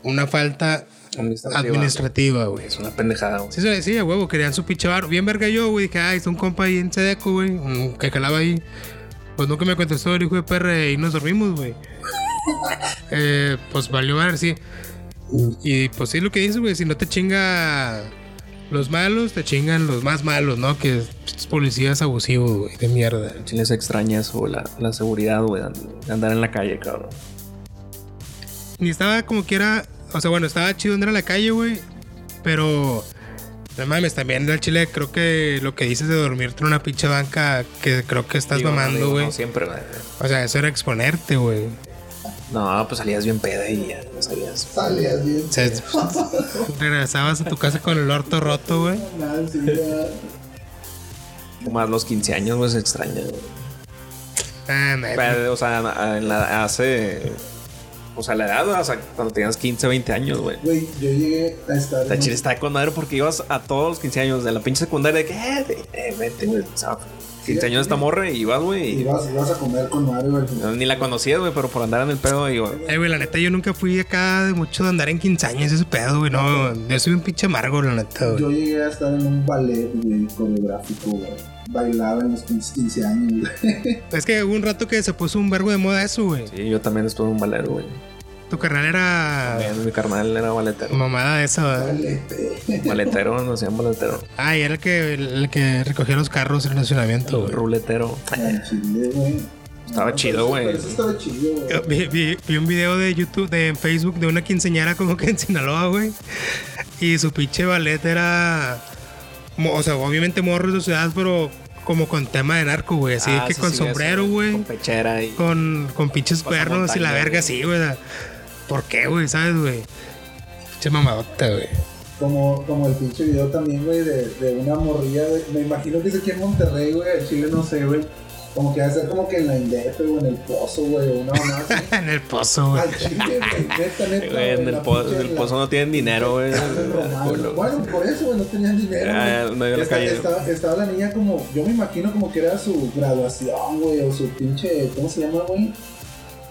[SPEAKER 4] una falta
[SPEAKER 5] Administrativa.
[SPEAKER 4] administrativa, güey.
[SPEAKER 5] Es una pendejada, güey.
[SPEAKER 4] Sí, se le decía, huevo, querían su pinche bar. Bien verga yo, güey. Dije, ay, está un compa ahí en Sedeco, güey. mm, Que calaba ahí. Pues nunca me contestó el hijo de perra y nos dormimos, güey. Eh, pues valió ver, sí. Y pues sí, lo que dices, güey. Si no te chinga los malos, te chingan los más malos, ¿no? Que es policías abusivos, güey. De mierda.
[SPEAKER 5] Si les extraña eso, la, la seguridad, güey, de andar en la calle, cabrón.
[SPEAKER 4] Ni estaba como que era. O sea, bueno, estaba chido andar a la calle, güey. Pero. No mames, también del chile, creo que lo que dices de dormirte en una pinche banca, que creo que estás
[SPEAKER 5] Digo, no,
[SPEAKER 4] mamando,
[SPEAKER 5] digo,
[SPEAKER 4] güey.
[SPEAKER 5] No, siempre, güey.
[SPEAKER 4] O sea, eso era exponerte, güey.
[SPEAKER 5] No, pues salías bien peda y ya no salías.
[SPEAKER 6] Salías bien.
[SPEAKER 4] O sea, regresabas a tu casa con el orto roto, güey.
[SPEAKER 6] Nada, sí, ya.
[SPEAKER 5] Más los 15 años, güey, se extraña, güey.
[SPEAKER 4] Ah, me-
[SPEAKER 5] Pero, o sea, na- en la, hace. O sea, la edad, o sea, cuando tenías 15, 20 años, güey.
[SPEAKER 6] Güey, yo llegué a estar.
[SPEAKER 5] La chile está con madre porque ibas a todos los 15 años de la pinche secundaria de que, eh, de- eh, vete, güey. o sea, 15 años de esta morra y ibas, güey. y-
[SPEAKER 6] Ibas, ibas a comer con Mario al final.
[SPEAKER 5] no, Ni la conocías, güey, pero por andar en el pedo, digo,
[SPEAKER 4] Eh, güey, la neta, yo nunca fui acá de mucho de andar en 15 años, ese pedo, güey. No, yo soy un pinche amargo, la neta, güey.
[SPEAKER 6] Yo llegué a estar en un ballet, güey, coreográfico, güey. Bailaba en los pinches 15 años, güey.
[SPEAKER 4] Es que hubo un rato que se puso un vergo de moda eso, güey.
[SPEAKER 5] Sí, yo también estuve en un balero, güey.
[SPEAKER 4] Tu carnal era
[SPEAKER 5] También Mi carnal era baletero.
[SPEAKER 4] mamada de esa, ¿verdad?
[SPEAKER 6] Ballet.
[SPEAKER 5] Baletero, nos decían baletero.
[SPEAKER 4] Ah, y era el que, el que recogía los carros en el estacionamiento, güey.
[SPEAKER 5] Ruletero.
[SPEAKER 6] Al chile, güey.
[SPEAKER 5] Estaba
[SPEAKER 6] No,
[SPEAKER 5] chido,
[SPEAKER 6] pero eso-
[SPEAKER 5] güey.
[SPEAKER 6] pero Eso estaba chido, güey.
[SPEAKER 4] Yo Eh, Vi, vi- vi un video de YouTube, de en Facebook, de una quinceñera como que en Sinaloa, güey. Y su pinche ballet era. mo- O sea, obviamente morros de ciudad, pero como con tema de narco, güey. Así
[SPEAKER 5] Ah,
[SPEAKER 4] que
[SPEAKER 5] sí,
[SPEAKER 4] con
[SPEAKER 5] sí,
[SPEAKER 4] sombrero,
[SPEAKER 5] eso,
[SPEAKER 4] güey.
[SPEAKER 5] Con pechera y.
[SPEAKER 4] Con, con pinches
[SPEAKER 5] Pasamontaña,
[SPEAKER 4] cuernos y la verga,
[SPEAKER 5] güey.
[SPEAKER 4] sí, güey. o sea, ¿Por qué, güey? ¿Sabes, güey? Pinche mamadota, güey.
[SPEAKER 6] Como, como el pinche video también, güey, de, de una morrilla. güey. Me imagino que es aquí en Monterrey, güey. Al chile no sé, güey. Como que va a ser como que en la indepe o en el pozo, güey, o una mamá así.
[SPEAKER 4] en el pozo, güey.
[SPEAKER 6] Al chile, güey, neta, neta,
[SPEAKER 5] Güey, en
[SPEAKER 6] güey,
[SPEAKER 5] el,
[SPEAKER 6] la
[SPEAKER 5] po-
[SPEAKER 6] pinche-
[SPEAKER 5] en el
[SPEAKER 6] la-
[SPEAKER 5] pozo no tienen dinero, güey.
[SPEAKER 6] Romano.
[SPEAKER 5] Culo.
[SPEAKER 6] Bueno, por eso, güey, no tenían dinero.
[SPEAKER 5] Ah,
[SPEAKER 6] güey.
[SPEAKER 5] no había
[SPEAKER 4] este,
[SPEAKER 5] la
[SPEAKER 6] Esta-
[SPEAKER 5] calle.
[SPEAKER 6] Estaba, estaba la niña como, yo me imagino como que era su graduación, güey, o su pinche, ¿cómo se llama, güey?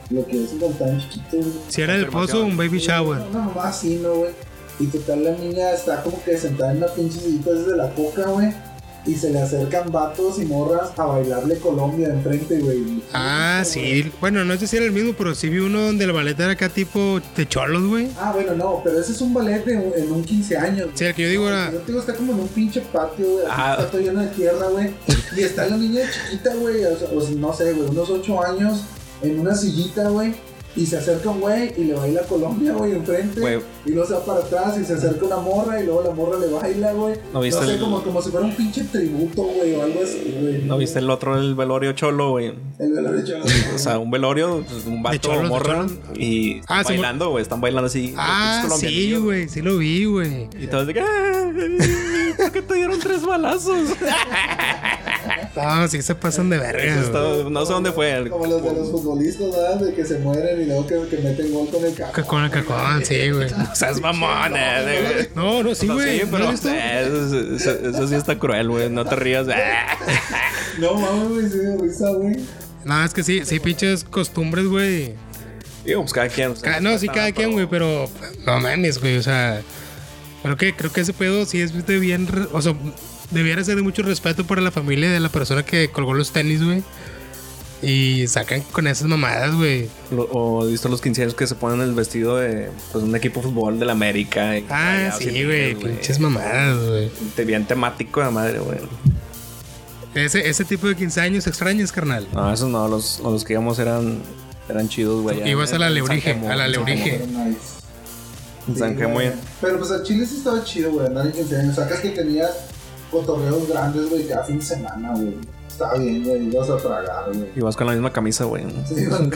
[SPEAKER 6] Lo que es un tan chiquito. güey.
[SPEAKER 4] Si era el pozo, un baby shower.
[SPEAKER 6] Una mamá así, ¿no, güey? Y total, la niña está como que sentada en una pinche sillita esa de la coca, güey. Y se le acercan vatos y morras a bailarle Colombia de enfrente, güey.
[SPEAKER 4] Ah, sí. Bueno, no sé si era el mismo, pero sí vi uno donde la baleta era acá tipo de cholos, güey.
[SPEAKER 6] Ah, bueno, no, pero ese es un ballet de un- en un 15 años.
[SPEAKER 4] Sí, el que yo digo era-
[SPEAKER 6] Yo digo, está como en un pinche patio, güey. así
[SPEAKER 5] Ah.
[SPEAKER 6] Está todo lleno de tierra, güey. Y está la niña chiquita, güey. O sea, o sea, no sé, güey, unos 8 años. En una sillita, güey. Y se acerca un güey y le baila a Colombia, güey, enfrente.
[SPEAKER 5] Güey.
[SPEAKER 6] Y luego se va para atrás y se acerca una morra y luego la morra le baila, güey.
[SPEAKER 5] ¿No
[SPEAKER 6] No,
[SPEAKER 5] viste
[SPEAKER 6] sé,
[SPEAKER 5] el-
[SPEAKER 6] como, como si fuera un pinche tributo, güey, o algo así, güey.
[SPEAKER 5] ¿No viste el otro, el velorio cholo, güey?
[SPEAKER 6] El valor de Cholo.
[SPEAKER 5] O sea, un velorio, pues, un vato
[SPEAKER 4] cholos, de
[SPEAKER 5] morra
[SPEAKER 4] cholos.
[SPEAKER 5] y están
[SPEAKER 4] Ah, se mu-
[SPEAKER 5] bailando, güey. Están bailando así. los
[SPEAKER 4] Ah,
[SPEAKER 5] pinches
[SPEAKER 4] sí,
[SPEAKER 5] colombianillos.
[SPEAKER 4] güey. Sí lo vi, güey.
[SPEAKER 5] Y todos de que. "Ay, ¿Por qué te dieron tres balazos?
[SPEAKER 4] No, sí se pasan de
[SPEAKER 5] Eso
[SPEAKER 4] verga, güey.
[SPEAKER 5] está- no sé dónde fue. el-
[SPEAKER 6] Como los de los futbolistas, ¿verdad? De que se mueren y luego que, que meten gol con el
[SPEAKER 4] Que
[SPEAKER 6] cajón.
[SPEAKER 4] Con el cacón, sí, güey.
[SPEAKER 5] O sea, es mamón, eh, güey.
[SPEAKER 4] No, no, sí,
[SPEAKER 5] O sea,
[SPEAKER 4] güey. ¿No
[SPEAKER 5] pero
[SPEAKER 4] lo viste?
[SPEAKER 5] eh, eso, eso- eso sí está cruel, güey. No te rías. eh.
[SPEAKER 6] No mames, güey, sí me risa, güey.
[SPEAKER 4] No, es que sí, sí, pinches costumbres, güey.
[SPEAKER 5] Digo, pues cada quien. o sea,
[SPEAKER 4] Ca- No, sí,
[SPEAKER 5] respetaba,
[SPEAKER 4] cada quien,
[SPEAKER 5] pero-
[SPEAKER 4] güey, pero no mames, güey, o sea, creo que, creo que ese pedo sí es de bien, re- o sea, debiera ser de mucho respeto para la familia de la persona que colgó los tenis, güey. Y sacan con esas mamadas, güey.
[SPEAKER 5] Lo- o he visto los quinceaños que se ponen el vestido de pues, un equipo de fútbol de la América. y-
[SPEAKER 4] Ah,
[SPEAKER 5] rayados
[SPEAKER 4] sí,
[SPEAKER 5] y
[SPEAKER 4] güey,
[SPEAKER 5] negros,
[SPEAKER 4] pinches mamadas, güey.
[SPEAKER 5] Te bien temático de madre, güey.
[SPEAKER 4] Ese, ese tipo de 15 años extraños, carnal.
[SPEAKER 5] No, esos no, los, los que íbamos eran, eran chidos, güey. allá
[SPEAKER 4] Ibas
[SPEAKER 5] en-
[SPEAKER 4] a la
[SPEAKER 5] en
[SPEAKER 4] Lebrige,
[SPEAKER 5] San Telmo,
[SPEAKER 4] a la
[SPEAKER 5] en San
[SPEAKER 4] Lebrige.
[SPEAKER 5] Telmo.
[SPEAKER 6] Pero nice.
[SPEAKER 5] En San
[SPEAKER 6] Sí,
[SPEAKER 5] Telmo,
[SPEAKER 6] güey.
[SPEAKER 5] güey.
[SPEAKER 6] Pero pues al chile sí estaba chido, güey. Andar en 15 años. Sacas que tenías cotorreos grandes, güey, cada fin de semana, güey. Estaba bien, güey. Ibas a tragar, güey.
[SPEAKER 5] Ibas con la misma camisa, güey.
[SPEAKER 6] Sí, güey,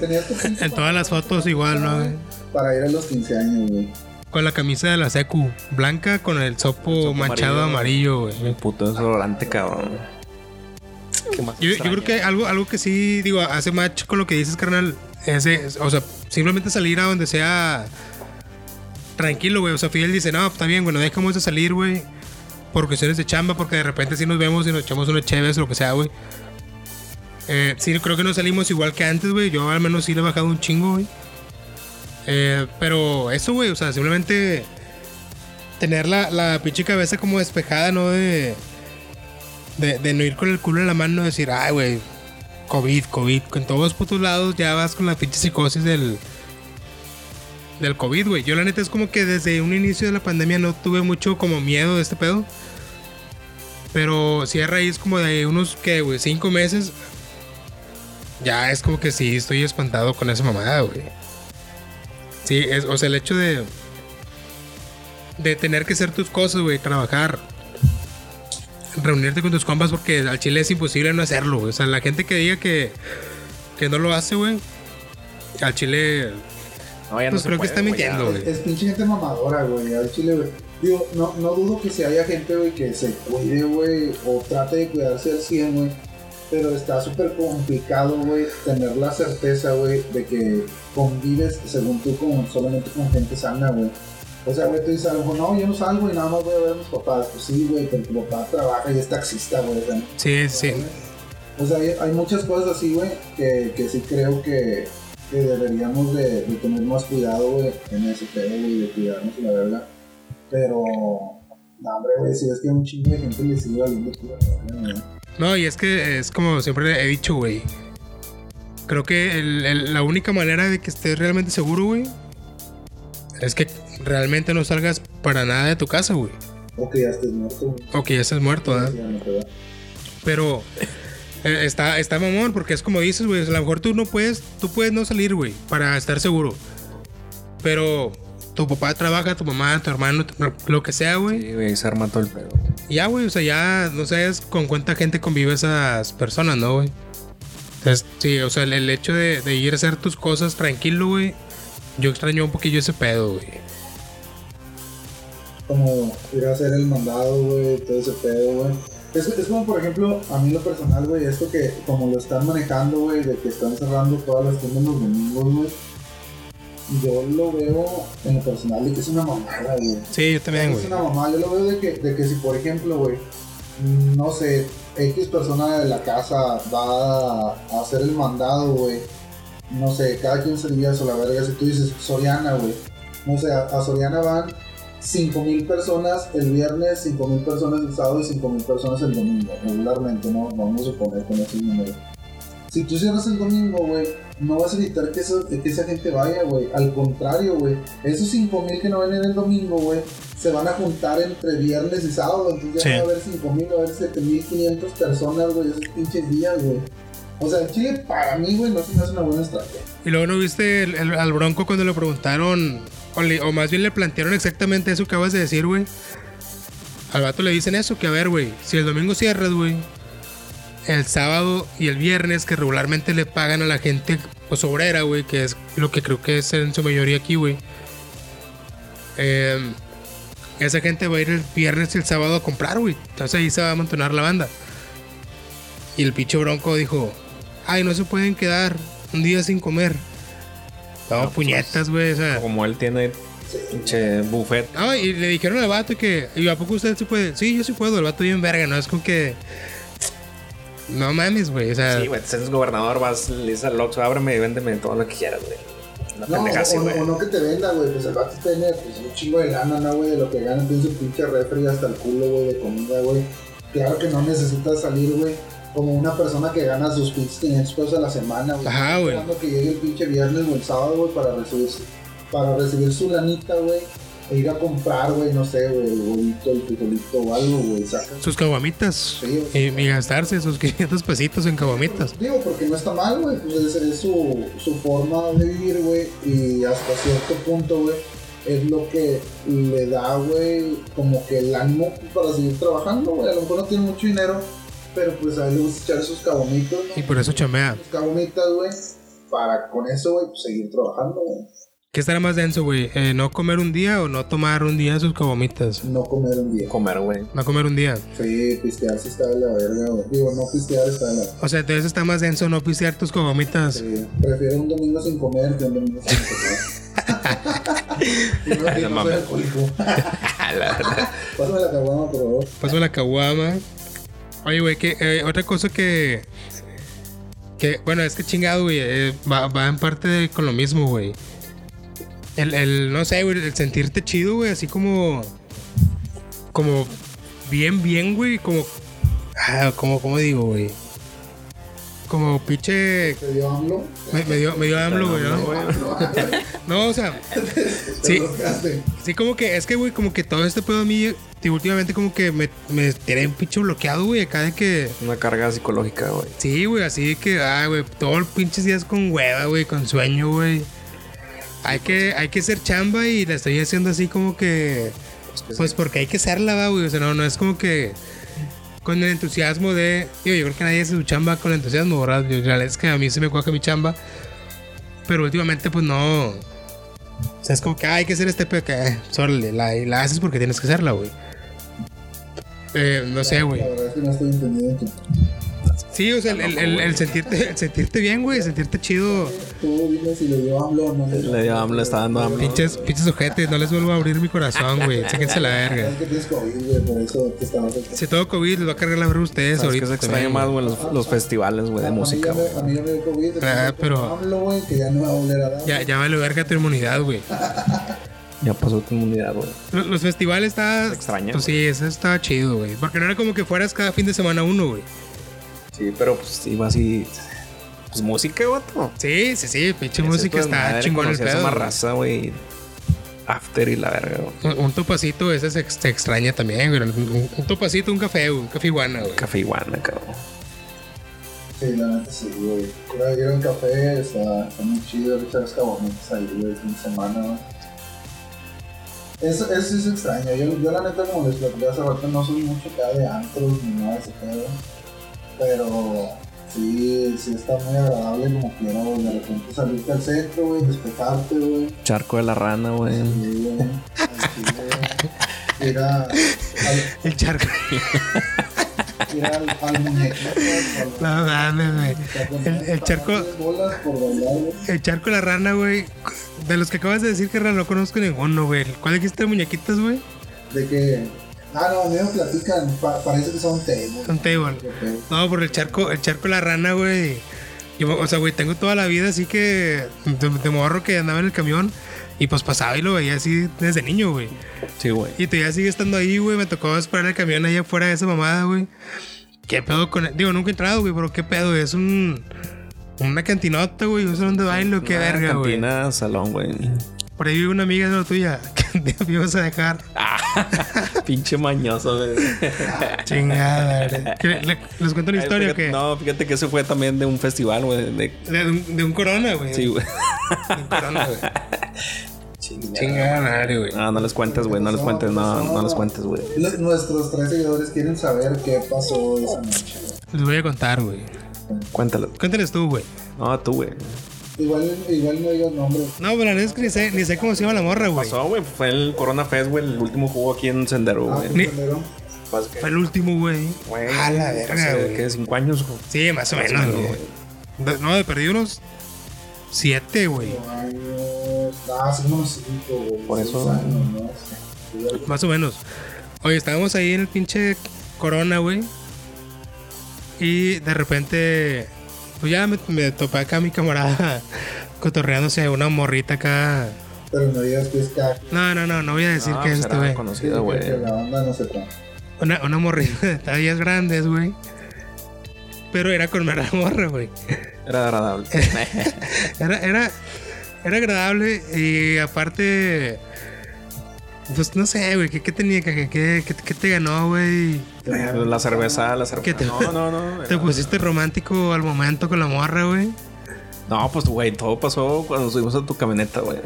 [SPEAKER 6] tenías tu pinche
[SPEAKER 4] En todas las fotos igual, ¿no, güey?
[SPEAKER 6] Para ir a los 15 años, güey.
[SPEAKER 4] Con la camisa de la secu, blanca con el sopo,
[SPEAKER 5] sopo
[SPEAKER 4] manchado amarillo, güey.
[SPEAKER 5] Mi puto desodorante, cabrón. ¿Qué más
[SPEAKER 4] Yo, yo
[SPEAKER 5] extraña?
[SPEAKER 4] creo que algo, algo que sí, digo, hace match con lo que dices, carnal. Ese, o sea, simplemente salir a donde sea tranquilo, güey. O sea, Fidel dice, no, está bien, güey, no dejamos de salir, güey. Por cuestiones de chamba, porque de repente sí nos vemos y nos echamos unos chéves o lo que sea, güey. Eh, sí, creo que no salimos igual que antes, güey. Yo al menos sí le he bajado un chingo, güey. Eh, pero eso, güey, o sea, simplemente tener la, la pinche cabeza como despejada, ¿no? De, de, de no ir con el culo en la mano, decir, ay, güey, COVID, COVID. En todos putos lados ya vas con la pinche psicosis del, del COVID, güey. Yo la neta es como que desde un inicio de la pandemia no tuve mucho como miedo de este pedo. Pero sí a raíz como de unos, que, güey? Cinco meses. Ya es como que sí, estoy espantado con esa mamada, güey. Sí, es, o sea, el hecho de... De tener que hacer tus cosas, güey, trabajar, reunirte con tus compas porque al chile es imposible no hacerlo. güey. O sea, la gente que diga que, que no lo hace, güey, al chile,
[SPEAKER 5] No, ya no
[SPEAKER 4] pues
[SPEAKER 5] se
[SPEAKER 4] creo que
[SPEAKER 5] puede,
[SPEAKER 4] está
[SPEAKER 5] güey,
[SPEAKER 4] mintiendo,
[SPEAKER 5] ya.
[SPEAKER 4] güey.
[SPEAKER 6] Es pinche gente mamadora, güey. Al chile, güey. Digo, no, no dudo que si haya gente, güey, que se cuide, güey, o trate de cuidarse al 100, güey. Pero está súper complicado, güey, tener la certeza, güey, de que convives, según tú, con, solamente con gente sana, güey. O sea, güey, tú dices algo, no, yo no salgo y nada más voy a ver a mis papás. Pues sí, güey, pero tu papá trabaja y es taxista, güey. o sea,
[SPEAKER 4] sí, sí.
[SPEAKER 6] o sea, hay, hay muchas cosas así, güey, que, que sí creo que, que deberíamos de, de tener más cuidado, güey, en ese pedo, güey, de cuidarnos y la verga. Pero, no, hombre, güey, si es que a un chingo de gente le sigue valiendo culo, güey.
[SPEAKER 4] No, y es que es como siempre he dicho, güey. Creo que el- el- la única manera de que estés realmente seguro, güey, es que realmente no salgas para nada de tu casa, güey.
[SPEAKER 6] O que ya estés muerto, güey.
[SPEAKER 4] O que ya estés muerto, ¿verdad?
[SPEAKER 6] Sí, ya no te va.
[SPEAKER 4] Pero eh, está, está mamón, porque es como dices, güey. o sea, A lo mejor tú no puedes, tú puedes no salir, güey, para estar seguro. Pero tu papá trabaja, tu mamá, tu hermano, tu- lo que sea, güey.
[SPEAKER 5] Sí, güey, se arma todo el pedo.
[SPEAKER 4] Y Ya, güey, o sea, ya no sabes con cuánta gente convive esas personas, ¿no, güey? Entonces, sí, o sea, el, el hecho de, de ir a hacer tus cosas tranquilo, güey. Yo extraño un poquillo ese pedo, güey.
[SPEAKER 6] Como ir a hacer el mandado, güey, todo ese pedo, güey. Es, es como, por ejemplo, a mí lo personal, güey, esto que como lo están manejando, güey, de que están cerrando todas las tiendas los domingos, güey. Yo lo veo en lo personal de que es una mamada, güey.
[SPEAKER 4] Sí, yo también,
[SPEAKER 6] Es
[SPEAKER 4] güey.
[SPEAKER 6] una mamá, yo lo veo de que, de que si por ejemplo, güey, no sé, X persona de la casa va a- a hacer el mandado, güey, no sé, cada 15 días o la verga, si tú dices Soriana, güey, no sé, a, a Soriana van 5000 personas el viernes, 5000 personas el sábado y 5000 personas el domingo, regularmente, ¿no? Vamos a suponer con esos números. Si tú cierras el domingo, güey, no vas a evitar que, eso- que esa gente vaya, güey. Al contrario, güey. Esos 5000 que no ven en el domingo, güey, se van a juntar entre viernes y sábado. Entonces
[SPEAKER 4] Sí.
[SPEAKER 6] ya va a haber 5000, va a haber 7500 personas, güey, esos pinches días, güey. O sea, el Chile para mí, güey, no se me hace una buena estrategia.
[SPEAKER 4] Y luego no viste el- el- al Bronco cuando le preguntaron, o, le- o más bien le plantearon exactamente eso que acabas de decir, güey. Al vato le dicen eso, que a ver, güey, si el domingo cierras, güey, el sábado y el viernes, que regularmente le pagan a la gente, pues obrera, güey, que es lo que creo que es en su mayoría aquí, güey. Em, esa gente va a ir el viernes y el sábado a comprar, güey. Entonces ahí se va a amontonar la banda. Y el pinche bronco dijo, ay, no se pueden quedar un día sin comer. No,
[SPEAKER 5] pues,
[SPEAKER 4] puñetas, güey. o sea.
[SPEAKER 5] Como él tiene pinche buffet.
[SPEAKER 4] No, y le dijeron al vato que, ¿y a poco usted se puede? Sí, yo sí puedo, el vato bien verga, ¿no? Es con que... No mames, güey. O sea,
[SPEAKER 5] Sí, güey, si eres gobernador, vas, le dices al Oxxo, ábreme y véndeme todo lo que quieras, güey. Una
[SPEAKER 6] No,
[SPEAKER 5] pendeja así,
[SPEAKER 6] o,
[SPEAKER 5] güey.
[SPEAKER 6] o no que te venda, güey. Pues el vato tiene pues, un chingo de lana, ¿no, güey? De lo que gana, tiene su pinche refri hasta el culo, güey, de comida, güey. Claro que no necesitas salir, güey. Como una persona que gana sus pinches 500 pesos a la semana, güey.
[SPEAKER 4] Ajá, güey.
[SPEAKER 6] Esperando que llegue el pinche viernes o el sábado, güey, para recibir, su- para recibir su lanita, güey. E ir a comprar, güey, no sé, güey, el bolito, el frijolito o algo, güey. Saca.
[SPEAKER 4] sus caguamitas.
[SPEAKER 6] Sí,
[SPEAKER 4] Y, y gastarse sus 500 pesitos en caguamitas.
[SPEAKER 6] Digo, porque no está mal, güey. Pues es, es su, su forma de vivir, güey. Y hasta cierto punto, güey, es lo que le da, güey, como que el ánimo para seguir trabajando, güey. A lo mejor no tiene mucho dinero, pero pues a él le gusta echar sus cabomitos, ¿no?
[SPEAKER 4] Y por eso chamea.
[SPEAKER 6] Sus cabomitas, güey. Para con eso, güey, pues, seguir trabajando, güey.
[SPEAKER 4] ¿Qué estará más denso, güey? Eh, ¿No comer un día o no tomar un día sus caguamitas?
[SPEAKER 6] No comer un día.
[SPEAKER 5] Comer, güey.
[SPEAKER 4] No comer un día.
[SPEAKER 6] Sí, pistear sí está de la verga, güey. Digo, no pistear está de la verga.
[SPEAKER 4] O sea, entonces está más denso no pisear tus caguamitas.
[SPEAKER 6] Sí, prefiero un domingo sin comer que un domingo sin comer. Y no, y no soy
[SPEAKER 5] mames.
[SPEAKER 6] alcohólico. Pásame la caguama, por favor.
[SPEAKER 4] Paso la caguama. Oye, güey, que eh, otra cosa que. Que, bueno, es que chingado, güey. eh, va, va en parte de- con lo mismo, güey. El, el, no sé, güey, el sentirte chido, güey, así como. Como bien, bien, güey. Como. Ah, como, ¿cómo digo, güey? Como pinche.
[SPEAKER 6] Te dio AMLO.
[SPEAKER 4] Me, me dio, me dio AMLO, güey, ¿no? No, o sea.
[SPEAKER 6] Te
[SPEAKER 4] Sí,
[SPEAKER 6] bloqueaste.
[SPEAKER 4] Sí, como que, es que, güey, como que todo este pedo a mí, tío, últimamente como que me, me tiene un pinche bloqueado, güey, acá de que,
[SPEAKER 5] Una carga psicológica, güey.
[SPEAKER 4] sí, güey, así de que, ah, güey, todos los pinches días con hueva, güey, con sueño, güey. Hay que, hay que ser chamba y la estoy haciendo así como que,
[SPEAKER 5] Pues que
[SPEAKER 4] pues
[SPEAKER 5] sí.
[SPEAKER 4] porque hay que serla, va, güey, o sea, no, no es como que con el entusiasmo de, digo, yo creo que nadie hace su chamba con el entusiasmo, ¿verdad? Yo, la verdad es que a mí se me cuaja mi chamba, pero últimamente, pues no. O sea, es como que "Ah, hay que hacer este pedo que, eh, órale, la, y la haces porque tienes que hacerla, güey. Eh, no sé, güey.
[SPEAKER 6] La verdad es que no estoy entendiendo tu-
[SPEAKER 4] Sí, o sea, el, el- el- el sentirte, el sentirte bien, güey, sentirte chido.
[SPEAKER 6] Tú dime si le dio AMLO o no.
[SPEAKER 5] Le dio AMLO, está dando AMLO.
[SPEAKER 4] Pinches, pinches ojetes, no les vuelvo a abrir mi corazón, güey. Sáquense la verga.
[SPEAKER 6] Es que tienes COVID, güey, por eso te estaba afectando.
[SPEAKER 4] Si todo COVID les va a cargar la verga a ustedes
[SPEAKER 5] ¿Sabes
[SPEAKER 4] ahorita.
[SPEAKER 5] qué se extraña
[SPEAKER 4] también,
[SPEAKER 5] más,
[SPEAKER 4] güey.
[SPEAKER 5] güey? Los, los festivales, güey, de
[SPEAKER 6] A mí ya
[SPEAKER 5] música,
[SPEAKER 6] me-
[SPEAKER 5] güey.
[SPEAKER 6] A mí ya me dio COVID.
[SPEAKER 4] Ah,
[SPEAKER 6] entonces,
[SPEAKER 4] pero-
[SPEAKER 6] AMLO, güey, que ya no me va a volver a dar.
[SPEAKER 4] Ya, ya vale verga tu inmunidad, güey.
[SPEAKER 5] Ya pasó tu inmunidad, güey.
[SPEAKER 4] Los, los festivales está.
[SPEAKER 5] Se extraña,
[SPEAKER 4] Pues sí, eso estaba chido, güey. Porque no era como que fueras cada fin de semana uno, güey.
[SPEAKER 5] Sí, pero pues iba así. Pues música, vato.
[SPEAKER 4] Sí, sí, sí, pinche
[SPEAKER 5] Ese
[SPEAKER 4] música
[SPEAKER 5] tu
[SPEAKER 4] está
[SPEAKER 5] desmadre,
[SPEAKER 4] chingón el
[SPEAKER 5] conocías a
[SPEAKER 4] pedo.
[SPEAKER 5] más
[SPEAKER 4] güey.
[SPEAKER 5] raza, güey. After y la verga, güey.
[SPEAKER 4] Un, un topacito, ese se, ex- se extraña también, güey. Un, un topacito, un café, güey, un café iguana, güey.
[SPEAKER 5] Café iguana, cabrón.
[SPEAKER 6] Sí, la neta sí, güey. Creo que ir a un café, está, está muy chido, ahorita los cabomitas ahí, güey, fin de semana, güey. Eso, eso sí es extraño. Yo, yo la neta, como les platicé hace rato, no soy mucho acá de antros ni nada de ese pedo. Pero sí, sí está muy agradable como quiera, güey. De repente salirte al centro, güey, despejarte, güey.
[SPEAKER 5] Charco de la rana,
[SPEAKER 4] Mm.
[SPEAKER 5] güey.
[SPEAKER 6] Sí, güey. Al chile, güey. Ir a- al-
[SPEAKER 4] El charco.
[SPEAKER 6] ir al, al muñequito.
[SPEAKER 4] No
[SPEAKER 6] al-
[SPEAKER 4] mames, güey. El, el charco,
[SPEAKER 6] Diez bolas por bailar, güey.
[SPEAKER 4] el charco de la rana, güey. De los que acabas de decir, que no conozco ninguno, güey. ¿Cuál dijiste de muñequitos, güey?
[SPEAKER 6] De que. Ah, no, a mí me platican. pa- parece que son tables.
[SPEAKER 4] Son table.
[SPEAKER 6] Ok.
[SPEAKER 4] No, por el charco, el charco de la rana, güey. Yo, o sea, güey, tengo toda la vida así que de, de morro que andaba en el camión y pues pasaba y lo veía así desde niño, güey.
[SPEAKER 5] Sí, güey.
[SPEAKER 4] Y todavía sigue estando ahí, güey. Me tocó esperar el camión allá afuera de esa mamada, güey. ¿Qué pedo con él? Digo, nunca he entrado, güey, pero qué pedo, es un. Una cantinota, güey, un salón de baile, o qué
[SPEAKER 5] Una
[SPEAKER 4] verga, güey.
[SPEAKER 5] Cantina, salón, güey.
[SPEAKER 4] Por ahí vive una amiga de la tuya que un día me ibas a dejar.
[SPEAKER 5] Pinche mañoso, güey.
[SPEAKER 4] Chingada, güey. ¿Qué, le- ¿Les cuento una historia o
[SPEAKER 5] Fíjate-
[SPEAKER 4] qué?
[SPEAKER 5] No, fíjate que eso fue también de un festival, güey. de-
[SPEAKER 4] De, un, de un corona, güey.
[SPEAKER 5] Sí, güey.
[SPEAKER 4] De un corona, güey. Chingada madre, güey.
[SPEAKER 5] Ah, No, no les cuentes, güey. No les cuentes, no, no les cuentes, güey.
[SPEAKER 6] Lo- Nuestros tres seguidores quieren saber qué pasó esa noche. güey.
[SPEAKER 4] Les voy a contar, güey.
[SPEAKER 5] Cuéntalo.
[SPEAKER 4] Cuéntales tú, güey.
[SPEAKER 5] No, tú, güey.
[SPEAKER 6] Igual, igual no digas nombres.
[SPEAKER 4] No, pero la neta es que ni sé, ni sé cómo se llama la morra, güey.
[SPEAKER 5] Pasó, güey. Fue el Corona Fest, güey. El último juego aquí en Sendero,
[SPEAKER 6] Ah,
[SPEAKER 5] güey.
[SPEAKER 4] Ni-
[SPEAKER 6] primero.
[SPEAKER 5] Pues que-
[SPEAKER 4] Fue el último, güey.
[SPEAKER 5] güey,
[SPEAKER 4] A la verga,
[SPEAKER 5] hace,
[SPEAKER 4] güey.
[SPEAKER 5] ¿qué? ¿Cinco años, güey?
[SPEAKER 4] Sí, más o
[SPEAKER 5] Más o
[SPEAKER 4] menos,
[SPEAKER 5] menos,
[SPEAKER 4] güey. De- No, de perdí unos siete, güey.
[SPEAKER 6] Años. Ah, hace unos cinco, güey,
[SPEAKER 5] Por
[SPEAKER 6] seis
[SPEAKER 5] eso-
[SPEAKER 6] años, ¿no? Igual-
[SPEAKER 4] Más o menos. Oye, estábamos ahí en el pinche corona, güey. Y de repente, pues ya me, me topé acá a mi camarada cotorreándose una morrita acá.
[SPEAKER 6] Pero no digas que es caca.
[SPEAKER 4] No, no, no, no voy a decir
[SPEAKER 5] No,
[SPEAKER 4] que es
[SPEAKER 5] pues
[SPEAKER 4] este,
[SPEAKER 5] era
[SPEAKER 4] güey.
[SPEAKER 5] conocido, güey.
[SPEAKER 6] Que la onda no se trata.
[SPEAKER 4] Una, una morrita de tallas grandes, güey. Pero era con mala morra, güey.
[SPEAKER 5] Era agradable.
[SPEAKER 4] Eh, Era, era, era agradable y aparte, pues no sé, güey, ¿qué, qué tenía que, qué, qué- qué te ganó, güey?
[SPEAKER 5] Pues, la cerveza, la cerveza.
[SPEAKER 4] ¿Qué te-
[SPEAKER 5] No, no, no.
[SPEAKER 4] ¿Te
[SPEAKER 5] era-
[SPEAKER 4] pusiste romántico al momento con la morra, güey?
[SPEAKER 5] No, pues, güey, todo pasó cuando subimos a tu camioneta, güey.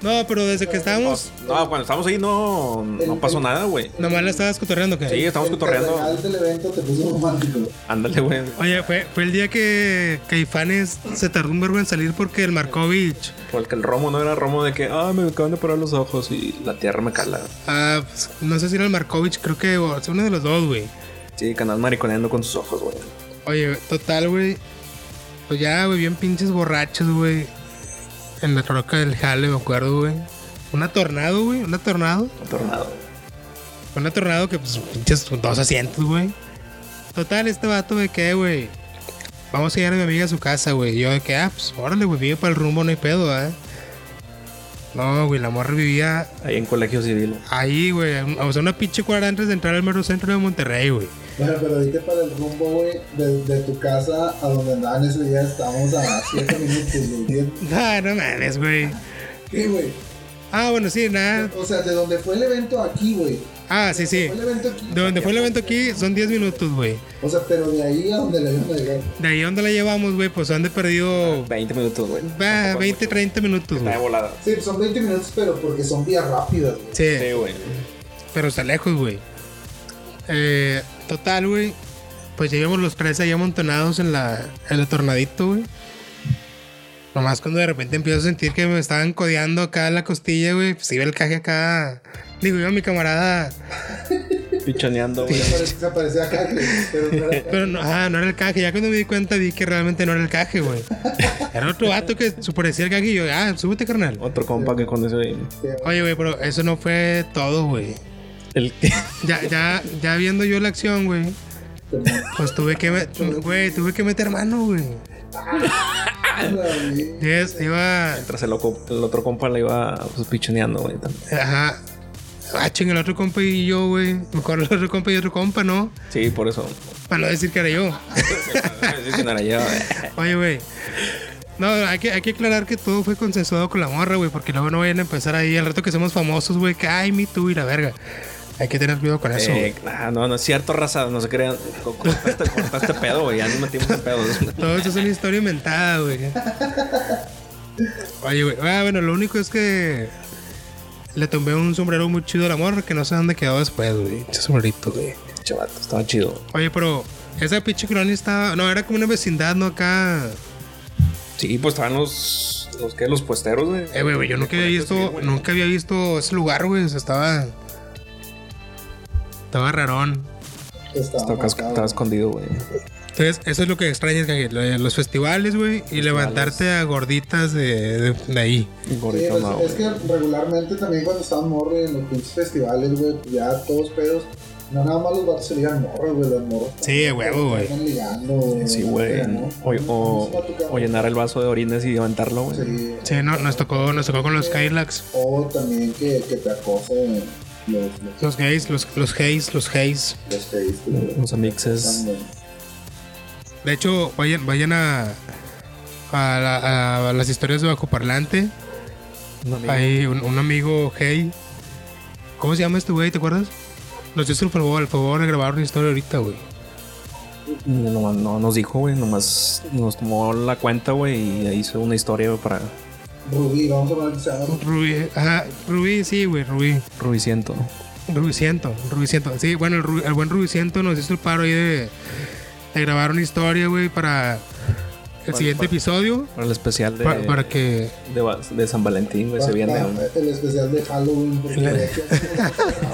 [SPEAKER 4] No, pero desde que estábamos,
[SPEAKER 5] No, cuando estábamos ahí no, no pasó nada, güey.
[SPEAKER 4] nomás la estabas cotorreando, ¿qué?
[SPEAKER 5] Sí, estamos
[SPEAKER 6] El
[SPEAKER 5] cotorreando.
[SPEAKER 6] cardenal del evento te puso romántico.
[SPEAKER 5] Ándale, güey.
[SPEAKER 4] Oye, fue, fue el día que Caifanes se tardó un verbo en salir porque el Markovich,
[SPEAKER 5] Porque el romo no era romo de que, ah, me acaban de parar los ojos y la tierra me cala.
[SPEAKER 4] ah, pues, no sé si era el Markovich, creo que o sea, uno de los dos, güey.
[SPEAKER 5] Sí, canal mariconeando con sus ojos, güey.
[SPEAKER 4] Oye, total, güey. Pues ya, güey, bien pinches borrachos, güey. En la troca del jale, me acuerdo, güey. Una tornado, güey. Una tornado.
[SPEAKER 5] Un tornado.
[SPEAKER 4] Una tornado que, pues, pinches dos asientos, güey. Total, este vato de que, güey. Vamos a ir a mi amiga a su casa, güey. Y Yo de que, ah, pues, órale, güey, vive para el rumbo, no hay pedo, ¿eh? No, güey, la morra vivía
[SPEAKER 5] Ahí en colegio civil.
[SPEAKER 4] ahí, güey. O sea, una pinche cuadra antes de entrar al mero centro de Monterrey, güey.
[SPEAKER 6] Bueno, pero dite para el rumbo, güey, de, de tu casa a donde andaban ese día, estábamos a 7 minutos, güey. bien.
[SPEAKER 4] No, no mames, güey.
[SPEAKER 6] ¿Qué, güey?
[SPEAKER 4] Ah, bueno, sí, nada.
[SPEAKER 6] O sea, de donde fue el evento aquí, güey.
[SPEAKER 4] Ah, sí, sí.
[SPEAKER 6] Fue el evento aquí.
[SPEAKER 4] De donde fue el evento aquí son 10 minutos, güey.
[SPEAKER 6] O sea, pero de ahí a donde le iban a llegar.
[SPEAKER 4] De ahí donde la llevamos, güey, pues han de perdido
[SPEAKER 5] 20 minutos, güey.
[SPEAKER 4] bah, 20, 30 minutos,
[SPEAKER 5] Está de
[SPEAKER 4] güey.
[SPEAKER 5] volada.
[SPEAKER 6] Sí, pues son 20 minutos, pero porque son vías rápidas, güey.
[SPEAKER 4] Sí,
[SPEAKER 5] Sí, güey.
[SPEAKER 4] pero está lejos, güey. Eh, total, güey. Pues llegamos los tres ahí amontonados en la, en el tornadito, güey. Nomás cuando de repente empiezo a sentir que me estaban codeando acá en la costilla, güey. Pues iba el caje acá. Digo, iba mi camarada.
[SPEAKER 5] Pichoneando, güey.
[SPEAKER 6] Se parece- Se parecía acá, güey. Pero no era
[SPEAKER 4] Pero no, ah, no era el caje. Ya cuando me di cuenta, vi que realmente no era el caje, güey. Era otro vato que se parecía el caje y yo, ah, súbete, carnal.
[SPEAKER 5] Otro compa que conoció ahí.
[SPEAKER 4] Oye, güey, pero eso no fue todo, güey.
[SPEAKER 5] El que.
[SPEAKER 4] Ya, ya, ya viendo yo la acción, güey.
[SPEAKER 6] Pero-
[SPEAKER 4] Pues tuve que, me- güey, tuve que meter mano, güey.
[SPEAKER 6] güey.
[SPEAKER 4] Yes, iba,
[SPEAKER 5] Tras el, loco- el otro compa le iba pues, pichoneando, güey. también.
[SPEAKER 4] ajá. Ah, ching, el otro compa y yo, güey. Me acuerdo el otro compa y otro compa, ¿no?
[SPEAKER 5] Sí, por eso.
[SPEAKER 4] Para no decir que era yo.
[SPEAKER 5] Sí, que no era yo, güey.
[SPEAKER 4] Oye, güey. No, hay que, hay que aclarar que todo fue consensuado con la morra, güey, porque luego no vayan a empezar ahí al rato que somos famosos, güey, que ay, me tú y la verga. Hay que tener cuidado con eso. güey.
[SPEAKER 5] Eh, ah, no, no es cierto, raza. No se crean. Co- Corta este, corta este pedo, güey. Ya nos metimos en pedos.
[SPEAKER 4] Todo eso es una historia inventada, güey. Oye, güey. Ah, bueno, lo único es que le tomé un sombrero muy chido a la morra que no sé dónde quedó después, güey. Ese sombrerito, güey.
[SPEAKER 5] Chavato, estaba chido.
[SPEAKER 4] Oye, pero esa pinche colonia estaba. No, era como una vecindad, ¿no? Acá.
[SPEAKER 5] Sí, pues estaban los. ¿Los que Los puesteros, güey.
[SPEAKER 4] Eh, güey, güey, yo nunca había visto. Nunca había visto ese lugar, güey. O sea, estaba. Estaba rarón.
[SPEAKER 6] Estaba
[SPEAKER 5] Estaba, cas-
[SPEAKER 6] marcado.
[SPEAKER 5] estaba escondido, güey.
[SPEAKER 4] Entonces, eso es lo que extrañas, Gael, lo de los festivales, güey, y levantarte a gorditas de, de- de ahí.
[SPEAKER 6] Sí,
[SPEAKER 5] Gorrito,
[SPEAKER 6] pues,
[SPEAKER 5] no,
[SPEAKER 6] es
[SPEAKER 5] güey.
[SPEAKER 6] que regularmente también cuando estaban morros en los pinches festivales, güey, pues ya todos pedos. No nada más los vatos se ligan morros, güey, las morros.
[SPEAKER 4] Sí, huevo, güey.
[SPEAKER 6] Están ligando, güey.
[SPEAKER 5] Sí, güey.
[SPEAKER 6] ¿no?
[SPEAKER 5] O,
[SPEAKER 6] No se va a tocar. pues,
[SPEAKER 5] o, o llenar el vaso de orines y levantarlo, güey.
[SPEAKER 6] Sí.
[SPEAKER 4] Sí, no, nos tocó, nos tocó con los Skylax,
[SPEAKER 6] O también que, que te acosen los,
[SPEAKER 4] los
[SPEAKER 6] los,
[SPEAKER 4] gays, los, los gays, los gays.
[SPEAKER 6] los gays, güey.
[SPEAKER 5] Los amixes.
[SPEAKER 6] También.
[SPEAKER 4] De hecho, vayan, vayan a, a, la- a las historias de Bajo Parlante.
[SPEAKER 5] Un amigo.
[SPEAKER 4] Hay un, un amigo gay. ¿Cómo se llama este güey? ¿Te acuerdas? Nos hizo el favor, el favor de grabar una historia ahorita, güey.
[SPEAKER 5] No, no nos dijo, güey. Nomás nos tomó la cuenta, güey. Y hizo una historia güey, para
[SPEAKER 6] Rubí, vamos a poner que se llama Rubí.
[SPEAKER 4] Rubí, ajá, Rubí, sí, güey, Rubí.
[SPEAKER 5] Rubiciento.
[SPEAKER 4] Rubiciento, Rubiciento. Sí, bueno, el, Ru- el buen Rubiciento nos hizo el paro ahí de, de grabar una historia, güey, para el siguiente episodio.
[SPEAKER 5] Para el especial de,
[SPEAKER 4] pa- para que
[SPEAKER 5] de, va- de San Valentín, güey. Se viene.
[SPEAKER 6] Ah,
[SPEAKER 5] güey.
[SPEAKER 6] El especial de Halloween. porque de hecho,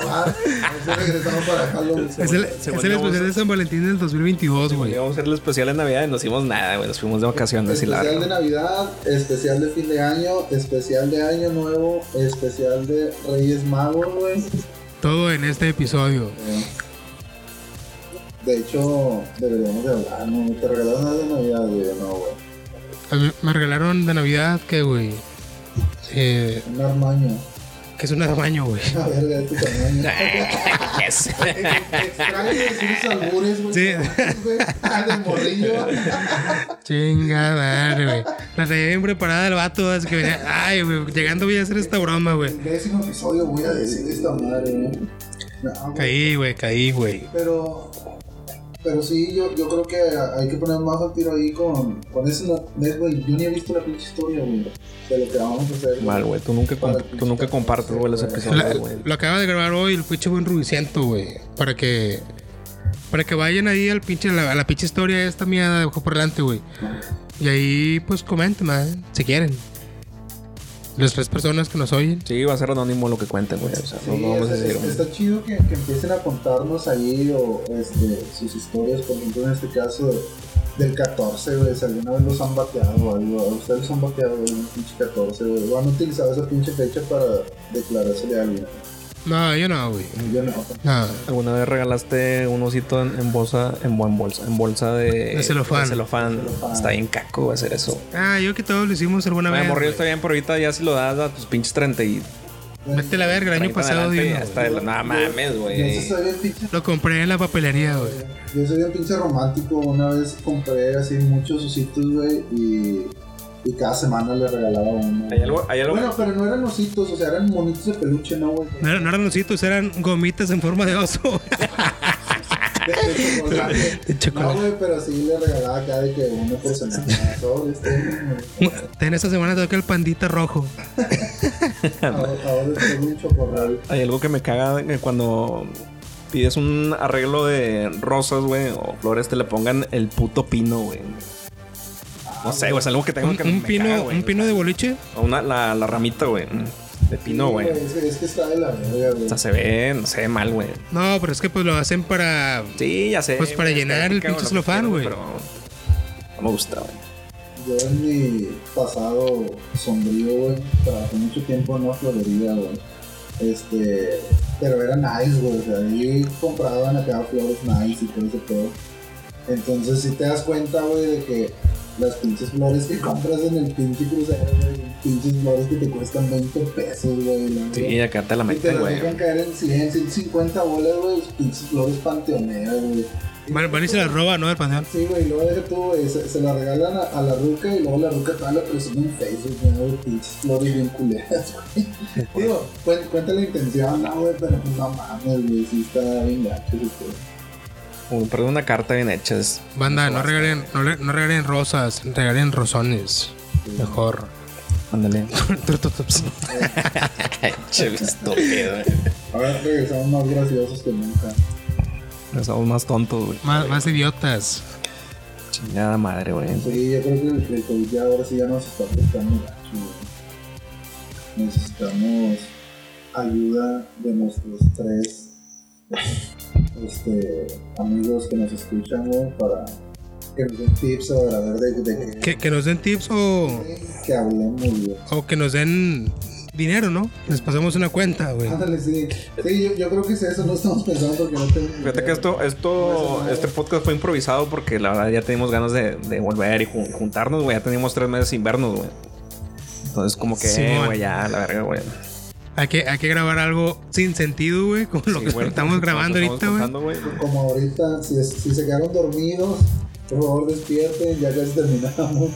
[SPEAKER 6] ah, entonces regresamos para Halloween.
[SPEAKER 4] Es el,
[SPEAKER 5] Se
[SPEAKER 4] es el
[SPEAKER 5] volvió
[SPEAKER 4] especial de San Valentín del 2022, güey.
[SPEAKER 5] Íbamos a hacer el especial de Navidad y no hicimos nada, güey. Nos fuimos de vacaciones y la
[SPEAKER 6] Especial de Navidad, especial de fin de año, especial de Año Nuevo, especial de Reyes Magos, güey.
[SPEAKER 4] Todo en este episodio.
[SPEAKER 6] Eh, De hecho, deberíamos de hablar, ¿no? Te regalaron nada de Navidad, güey, no, güey.
[SPEAKER 4] A mí me regalaron de Navidad que, güey, eh,
[SPEAKER 6] Un armaño.
[SPEAKER 4] que es un baño, güey.
[SPEAKER 6] A ver, de tu tamaño. Extraño decir albures, güey.
[SPEAKER 4] Sí.
[SPEAKER 6] güey, Ah, De morrillo.
[SPEAKER 4] Chinga madre, güey. La traía bien preparada el vato, así que venía. Ay, güey, llegando voy a hacer esta broma, güey.
[SPEAKER 6] Décimo episodio voy a decir esta madre, güey. No, güey.
[SPEAKER 4] Caí, güey, caí, güey.
[SPEAKER 6] Pero, pero sí, yo, yo creo que hay que poner más al tiro ahí con, con ese net, güey. Yo ni he visto la pinche historia, güey, de lo que vamos a hacer. güey.
[SPEAKER 5] Mal, güey. Tú nunca, comp- tú nunca compartes, güey, los
[SPEAKER 4] La-
[SPEAKER 5] episodios, güey.
[SPEAKER 4] lo acaba de grabar hoy el pinche buen Rubiciento, güey. Para que. Para que vayan ahí al pinche, a la, a la pinche historia de esta mierda de ojo por delante, güey. Y ahí, pues comenten, man, si quieren. Las tres personas que nos oyen.
[SPEAKER 5] Sí, va a ser anónimo lo que cuenten, güey. O sea,
[SPEAKER 6] Sí,
[SPEAKER 5] no, no vamos a
[SPEAKER 6] es-
[SPEAKER 5] decir,
[SPEAKER 6] es-
[SPEAKER 5] güey.
[SPEAKER 6] está chido que, que empiecen a contarnos ahí o, este, sus historias, por ejemplo, en este caso del 14, güey, si alguna vez los han bateado o algo, a ustedes los han bateado güey, un pinche 14, güey, o han utilizado esa pinche fecha para declarársele a alguien.
[SPEAKER 4] No, yo no, güey.
[SPEAKER 6] Yo no.
[SPEAKER 4] No.
[SPEAKER 5] ¿Alguna vez regalaste un osito en, en bolsa, en, buen bolsa, en bolsa de,
[SPEAKER 4] De celofán.
[SPEAKER 5] celofán? Está bien caco güey, hacer eso.
[SPEAKER 4] Ah, yo que todos lo hicimos alguna
[SPEAKER 5] Me
[SPEAKER 4] vez.
[SPEAKER 5] morrió
[SPEAKER 4] güey.
[SPEAKER 5] está bien, pero ahorita ya si lo das a tus pinches 30 y...
[SPEAKER 4] Vete a la verga, el año
[SPEAKER 5] 30
[SPEAKER 4] pasado,
[SPEAKER 5] adelante,
[SPEAKER 4] digo.
[SPEAKER 5] ya está de la- No mames, güey.
[SPEAKER 6] Entonces soy bien pinche
[SPEAKER 4] Lo compré en la papelería, güey.
[SPEAKER 6] Yo soy un pinche romántico, una vez compré así muchos ositos, güey, y, y cada semana le regalaba uno.
[SPEAKER 5] Hay algo, hay algo...
[SPEAKER 6] Bueno, pero no eran ositos, o sea, eran monitos de peluche, ¿no, güey?
[SPEAKER 4] No, eran- no eran ositos, eran gomitas en forma de oso. güey.
[SPEAKER 6] De chocolate.
[SPEAKER 4] De chocolate.
[SPEAKER 6] No, güey, pero sí le regalaba acá de que uno por semana. Sobre este, güey.
[SPEAKER 4] En esta semana toca el pandita rojo.
[SPEAKER 6] ahora, ahora tengo un este, chocorral.
[SPEAKER 5] Hay algo que me caga eh, cuando pides un arreglo de rosas, güey, o flores, te le pongan el puto pino, güey. No sé, Ah, güey, es algo que tengo
[SPEAKER 4] Un,
[SPEAKER 5] que
[SPEAKER 4] un
[SPEAKER 5] me
[SPEAKER 4] pino,
[SPEAKER 5] caga, güey.
[SPEAKER 4] un pino de boliche.
[SPEAKER 5] O una, la, la ramita, güey. mm, De pino,
[SPEAKER 6] Sí,
[SPEAKER 5] güey. O
[SPEAKER 6] Es, que- es que está de la verga, güey.
[SPEAKER 5] sea, se ve, no sé, mal, güey.
[SPEAKER 4] No, pero es que pues lo hacen para.
[SPEAKER 5] Sí, ya sé.
[SPEAKER 4] Pues para
[SPEAKER 5] güey,
[SPEAKER 4] llenar
[SPEAKER 5] está
[SPEAKER 4] el
[SPEAKER 5] rica, güey,
[SPEAKER 4] pinche
[SPEAKER 5] lo que
[SPEAKER 4] celofán,
[SPEAKER 5] quiero,
[SPEAKER 4] güey.
[SPEAKER 5] Pero no me gusta, güey.
[SPEAKER 6] Yo en mi pasado sombrío, güey, trabajé mucho tiempo en una florería, güey. Este, pero era nice, güey. O sea, ahí compraban acá flores nice y todo ese pedo. Entonces, si te das cuenta, güey, de que las pinches flores que compras en el pinche crucero, güey, son pinches flores que te cuestan 20 pesos, güey. la neta.
[SPEAKER 5] Sí, acá te la
[SPEAKER 6] y te
[SPEAKER 5] meten,
[SPEAKER 6] las
[SPEAKER 5] güey.
[SPEAKER 6] dejan caer en 100, 150 bolas, güey, pinches flores panteoneras, güey.
[SPEAKER 4] Van, van y se las roba, ¿no? Del panteón.
[SPEAKER 6] Sí, güey, luego deja tú, güey, se, se la regalan a, a la ruca y luego la ruca toda la presume en Facebook, güey, güey, pinches flores bien culeras, güey. Digo, cuen- cuenta la intención, no, güey, pero pues no mames, güey, sí está bien gacho, güey.
[SPEAKER 5] Uy, Perdón, una carta bien hecha. es-
[SPEAKER 4] Banda, no regalen, no, le- no regalen rosas, regalen rosones. Mejor.
[SPEAKER 5] Ándale. Che, estúpido, güey.
[SPEAKER 6] Ahora regresamos más graciosos que nunca.
[SPEAKER 5] Estamos más tontos, güey.
[SPEAKER 4] más, más idiotas.
[SPEAKER 5] Chingada madre, güey.
[SPEAKER 6] Sí, yo creo que el, el COVID ya ahora sí ya nos está afectando gacho, güey. Necesitamos ayuda de nuestros tres este, amigos que nos escuchan, güey, para que nos den tips o a ver de, de qué
[SPEAKER 4] Que, que nos den tips o,
[SPEAKER 6] que hablemos, güey.
[SPEAKER 4] o que nos den dinero, ¿no? Les pasamos una cuenta, güey.
[SPEAKER 6] Ándale, sí. Sí, yo, yo creo que es eso, no estamos pensando porque no tenemos.
[SPEAKER 5] Fíjate que esto, esto, este podcast fue improvisado porque la verdad ya teníamos ganas de, de volver y jun- juntarnos, güey. Ya teníamos tres meses sin vernos, güey. Entonces, como que,
[SPEAKER 4] Simón.
[SPEAKER 5] güey, ya, la verga, güey.
[SPEAKER 4] Hay que, hay que grabar algo sin sentido, güey, con lo
[SPEAKER 5] Sí,
[SPEAKER 4] que
[SPEAKER 5] güey,
[SPEAKER 4] estamos
[SPEAKER 5] como
[SPEAKER 4] grabando
[SPEAKER 5] estamos
[SPEAKER 4] ahorita, güey.
[SPEAKER 5] contando, güey.
[SPEAKER 6] Como ahorita, si, es- si se quedaron dormidos, por favor despierten, ya casi terminamos.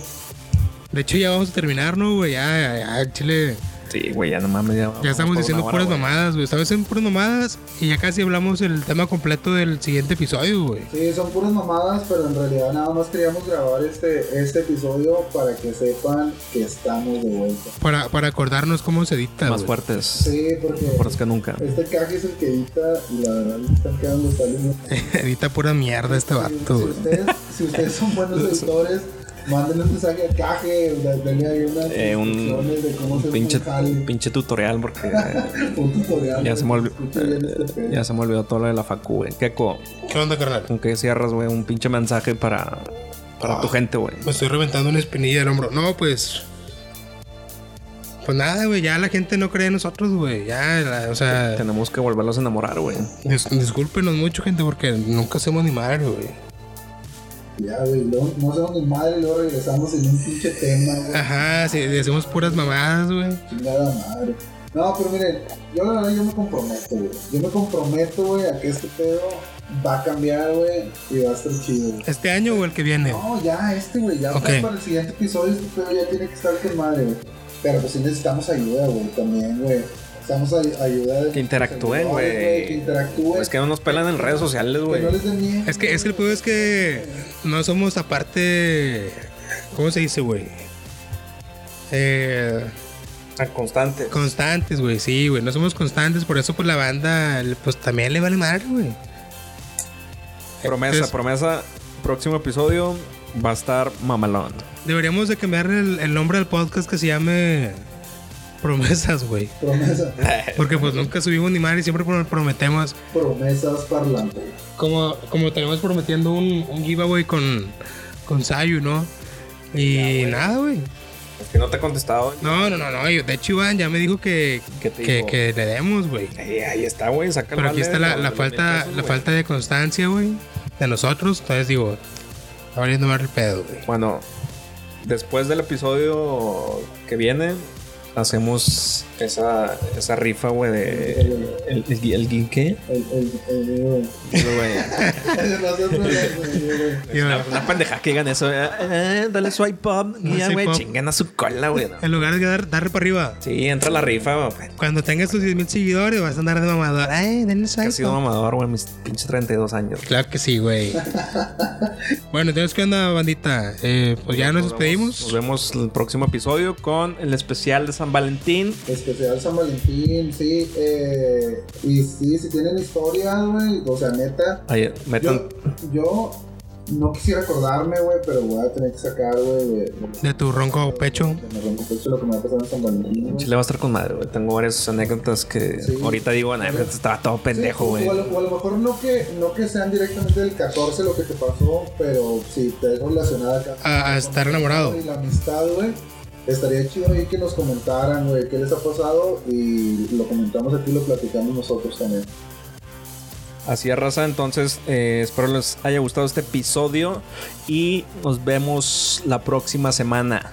[SPEAKER 4] De hecho, ya vamos a terminar, ¿no, güey? Ya, ya, ya, al chile.
[SPEAKER 5] Sí, güey, ya no mames. Ya,
[SPEAKER 4] Ya estamos
[SPEAKER 5] por
[SPEAKER 4] diciendo
[SPEAKER 5] una hora,
[SPEAKER 4] puras
[SPEAKER 5] güey.
[SPEAKER 4] mamadas, güey. Estamos diciendo puras mamadas y ya casi hablamos el tema completo del siguiente episodio, güey.
[SPEAKER 6] Sí, son puras mamadas, pero en realidad nada más queríamos grabar este, este episodio para que sepan que estamos de vuelta.
[SPEAKER 4] Para, para acordarnos cómo se edita,
[SPEAKER 5] Más
[SPEAKER 4] güey.
[SPEAKER 5] fuertes.
[SPEAKER 6] Sí, porque
[SPEAKER 5] Fuertes que nunca.
[SPEAKER 6] este caje es el que edita y la verdad le están quedando saliendo.
[SPEAKER 4] Edita pura mierda este
[SPEAKER 6] Si, si
[SPEAKER 4] vato, güey.
[SPEAKER 6] ustedes, si ustedes son buenos editores, manden un mensaje a caje, o sea, denle ahí unas
[SPEAKER 5] Eh, un,
[SPEAKER 6] instrucciones de cómo
[SPEAKER 5] un
[SPEAKER 6] hacer
[SPEAKER 5] pinche,
[SPEAKER 6] un jale,
[SPEAKER 5] pinche tutorial porque eh,
[SPEAKER 6] un tutorial.
[SPEAKER 5] ya, se me
[SPEAKER 6] güey,
[SPEAKER 5] olvidó,
[SPEAKER 6] escuche bien este pedo.
[SPEAKER 5] ya se me olvidó todo lo de la facu, güey. Keco,
[SPEAKER 4] ¿Qué onda, carnal?
[SPEAKER 5] con que cierras, güey, un pinche mensaje para, para tu gente, güey.
[SPEAKER 4] Me estoy reventando una espinilla del hombro. No, pues. Pues nada, güey. Ya la gente no cree en nosotros, güey. Ya, la- o sea.
[SPEAKER 5] Tenemos que volverlos a enamorar, güey.
[SPEAKER 4] dis- discúlpenos mucho, gente, porque nunca hacemos ni madre, güey.
[SPEAKER 6] Ya, güey, luego no hacemos ni madre, luego regresamos en un pinche tema, güey.
[SPEAKER 4] Ajá, sí, hacemos puras mamadas, güey.
[SPEAKER 6] Chingada madre. No, pero miren, yo la verdad yo me comprometo, güey. Yo me comprometo, güey, a que este pedo va a cambiar, güey, y va a estar chido, güey.
[SPEAKER 4] ¿Este año o el que viene?
[SPEAKER 6] No, ya este, güey, ya
[SPEAKER 4] Ok.
[SPEAKER 6] pues, para el siguiente episodio este pedo ya tiene que estar con madre, güey. Pero pues sí necesitamos ayuda, güey, también, güey. Necesitamos ay- ayuda de...
[SPEAKER 5] Que interactúen, güey.
[SPEAKER 6] Que interactúen.
[SPEAKER 5] Es que no nos pelan en redes sociales,
[SPEAKER 6] que
[SPEAKER 5] güey.
[SPEAKER 6] no les den miedo.
[SPEAKER 4] Es que, es que el peor es que no somos aparte. ¿Cómo se dice, güey? Eh,
[SPEAKER 5] Tan constante.
[SPEAKER 4] constantes, güey, sí, güey. No somos constantes, por eso, pues la banda, pues también le vale madre, güey.
[SPEAKER 5] Promesa,
[SPEAKER 4] Entonces-
[SPEAKER 5] promesa. Próximo episodio va a estar mamalón.
[SPEAKER 4] Deberíamos de cambiar el, el nombre del podcast que se llame Promesas, güey.
[SPEAKER 6] Promesa.
[SPEAKER 4] Porque pues nunca subimos ni madre y siempre pro- prometemos.
[SPEAKER 6] Promesas parlantes.
[SPEAKER 4] Como, como tenemos prometiendo un, un giveaway con, con Sayu, ¿no? Y nada, güey.
[SPEAKER 5] Es que no te he contestado.
[SPEAKER 4] No, no, no, no. yo- De hecho, Iván ya me dijo que,
[SPEAKER 5] ¿Qué te
[SPEAKER 4] que,
[SPEAKER 5] dijo?
[SPEAKER 4] que le demos, güey.
[SPEAKER 5] Ahí, ahí está, güey. Saca el
[SPEAKER 4] Pero aquí
[SPEAKER 5] vale
[SPEAKER 4] está
[SPEAKER 5] de
[SPEAKER 4] la,
[SPEAKER 5] los-
[SPEAKER 4] la
[SPEAKER 5] de los
[SPEAKER 4] falta,
[SPEAKER 5] mil pesos,
[SPEAKER 4] la
[SPEAKER 5] güey.
[SPEAKER 4] falta de constancia, güey. De nosotros. Entonces digo, está valiendo mal el pedo, güey.
[SPEAKER 5] Bueno, después del episodio que viene, hacemos esa, esa rifa, güey, de. ¿El, el, el, el qué?
[SPEAKER 6] El, el, el, el,
[SPEAKER 5] Dilo, güey.
[SPEAKER 6] el, nosotros, güey, güey.
[SPEAKER 4] Digo,
[SPEAKER 5] Una, una pendeja que digan eso. eh, eh, dale swipe up, guía,
[SPEAKER 4] swipe
[SPEAKER 5] güey.
[SPEAKER 4] up.
[SPEAKER 5] Chingan a su cola, güey. ¿no?
[SPEAKER 4] en lugar de dar, darle para arriba.
[SPEAKER 5] Sí, entra la rifa, güey.
[SPEAKER 4] Cuando tengas tus 10.000 seguidores vas a andar de mamador. Ay, denle
[SPEAKER 5] Que
[SPEAKER 4] swipe
[SPEAKER 5] ha sido
[SPEAKER 4] up.
[SPEAKER 5] mamador, güey, mis pinches 32 años.
[SPEAKER 4] Claro que sí, güey. bueno, entonces, ¿qué onda, bandita? Eh, pues ya nos despedimos.
[SPEAKER 5] Nos vemos en el próximo episodio con el especial de San Valentín.
[SPEAKER 6] Especial San Valentín, sí. Eh, y sí, si tienen historia, güey, o sea, neta.
[SPEAKER 5] Ahí,
[SPEAKER 6] Yo,
[SPEAKER 5] metan.
[SPEAKER 6] yo no quisiera acordarme, güey, pero voy a tener que sacar, güey, de, de,
[SPEAKER 4] De tu ronco pecho.
[SPEAKER 6] de mi ronco pecho lo que me va a pasar en San Valentín. güey.
[SPEAKER 5] Chile va a estar con madre, güey. Tengo varias anécdotas que
[SPEAKER 6] Sí.
[SPEAKER 5] ahorita digo, nah, estaba todo
[SPEAKER 6] Sí,
[SPEAKER 5] pendejo,
[SPEAKER 6] o-
[SPEAKER 5] güey.
[SPEAKER 6] O, a lo- o a lo mejor no que, no que sean directamente del 14 lo que te pasó, pero si te es relacionada acá.
[SPEAKER 4] A- a estar enamorado.
[SPEAKER 6] Y la amistad, güey. Estaría chido ahí que nos comentaran, güey, qué les ha pasado y lo comentamos aquí, lo platicamos nosotros también.
[SPEAKER 5] Así es, raza. Entonces, eh, espero les haya gustado este episodio y nos vemos la próxima semana.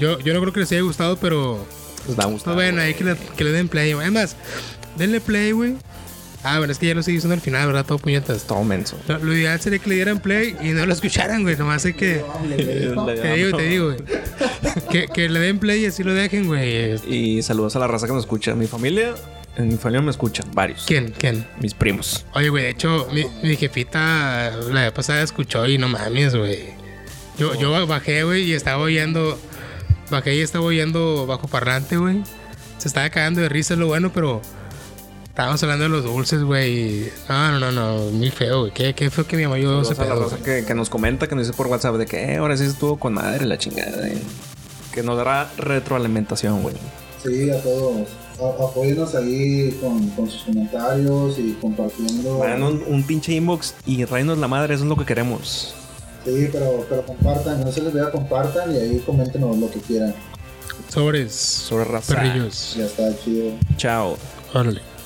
[SPEAKER 4] Yo, yo no creo que les haya gustado, pero
[SPEAKER 5] Les va a
[SPEAKER 4] Pues
[SPEAKER 5] gustar.
[SPEAKER 4] bueno,
[SPEAKER 5] güey.
[SPEAKER 4] ahí que le, que le den play, güey. Es más, denle play, güey. Ah, bueno, es que ya lo estoy diciendo al final, ¿verdad? Todo puñetas.
[SPEAKER 5] Todo menso.
[SPEAKER 4] Lo, lo ideal sería que le dieran play y no lo escucharan, güey. Nomás es que. Te digo, te digo, güey. Que, que le den play y así lo dejen, güey.
[SPEAKER 5] Y saludos a la raza que nos escucha. Mi familia, en mi familia me escuchan varios.
[SPEAKER 4] ¿Quién? ¿Quién?
[SPEAKER 5] Mis primos.
[SPEAKER 4] Oye, güey, de hecho, mi, mi jefita la vez pasada escuchó y no mames, güey. Yo,
[SPEAKER 5] Oh.
[SPEAKER 4] yo bajé, güey, y estaba oyendo. Bajé y estaba oyendo bajo parlante, güey. Se estaba cagando de risa, es lo bueno, pero. Estábamos hablando de los dulces, güey. y- No, no, no, no, muy feo, güey. Qué, qué feo que mi mamá ayudó ese
[SPEAKER 5] Saludos a la
[SPEAKER 4] pedo.
[SPEAKER 5] raza
[SPEAKER 4] güey.
[SPEAKER 5] que, que nos comenta, que nos dice por WhatsApp de que eh, ahora sí estuvo con madre la chingada. eh. Que nos dará retroalimentación, güey.
[SPEAKER 6] Sí, a todos. a- apóyenos ahí con, con sus comentarios y compartiendo.
[SPEAKER 5] Manden un, un pinche inbox y reinos la madre, eso es lo que queremos.
[SPEAKER 6] Sí, pero, pero compartan, no se les vea, compartan y ahí coméntenos lo que quieran.
[SPEAKER 4] Sobres.
[SPEAKER 5] Sobre raza.
[SPEAKER 4] Perrillos.
[SPEAKER 6] Ya está chido.
[SPEAKER 5] Chao.
[SPEAKER 4] Órale.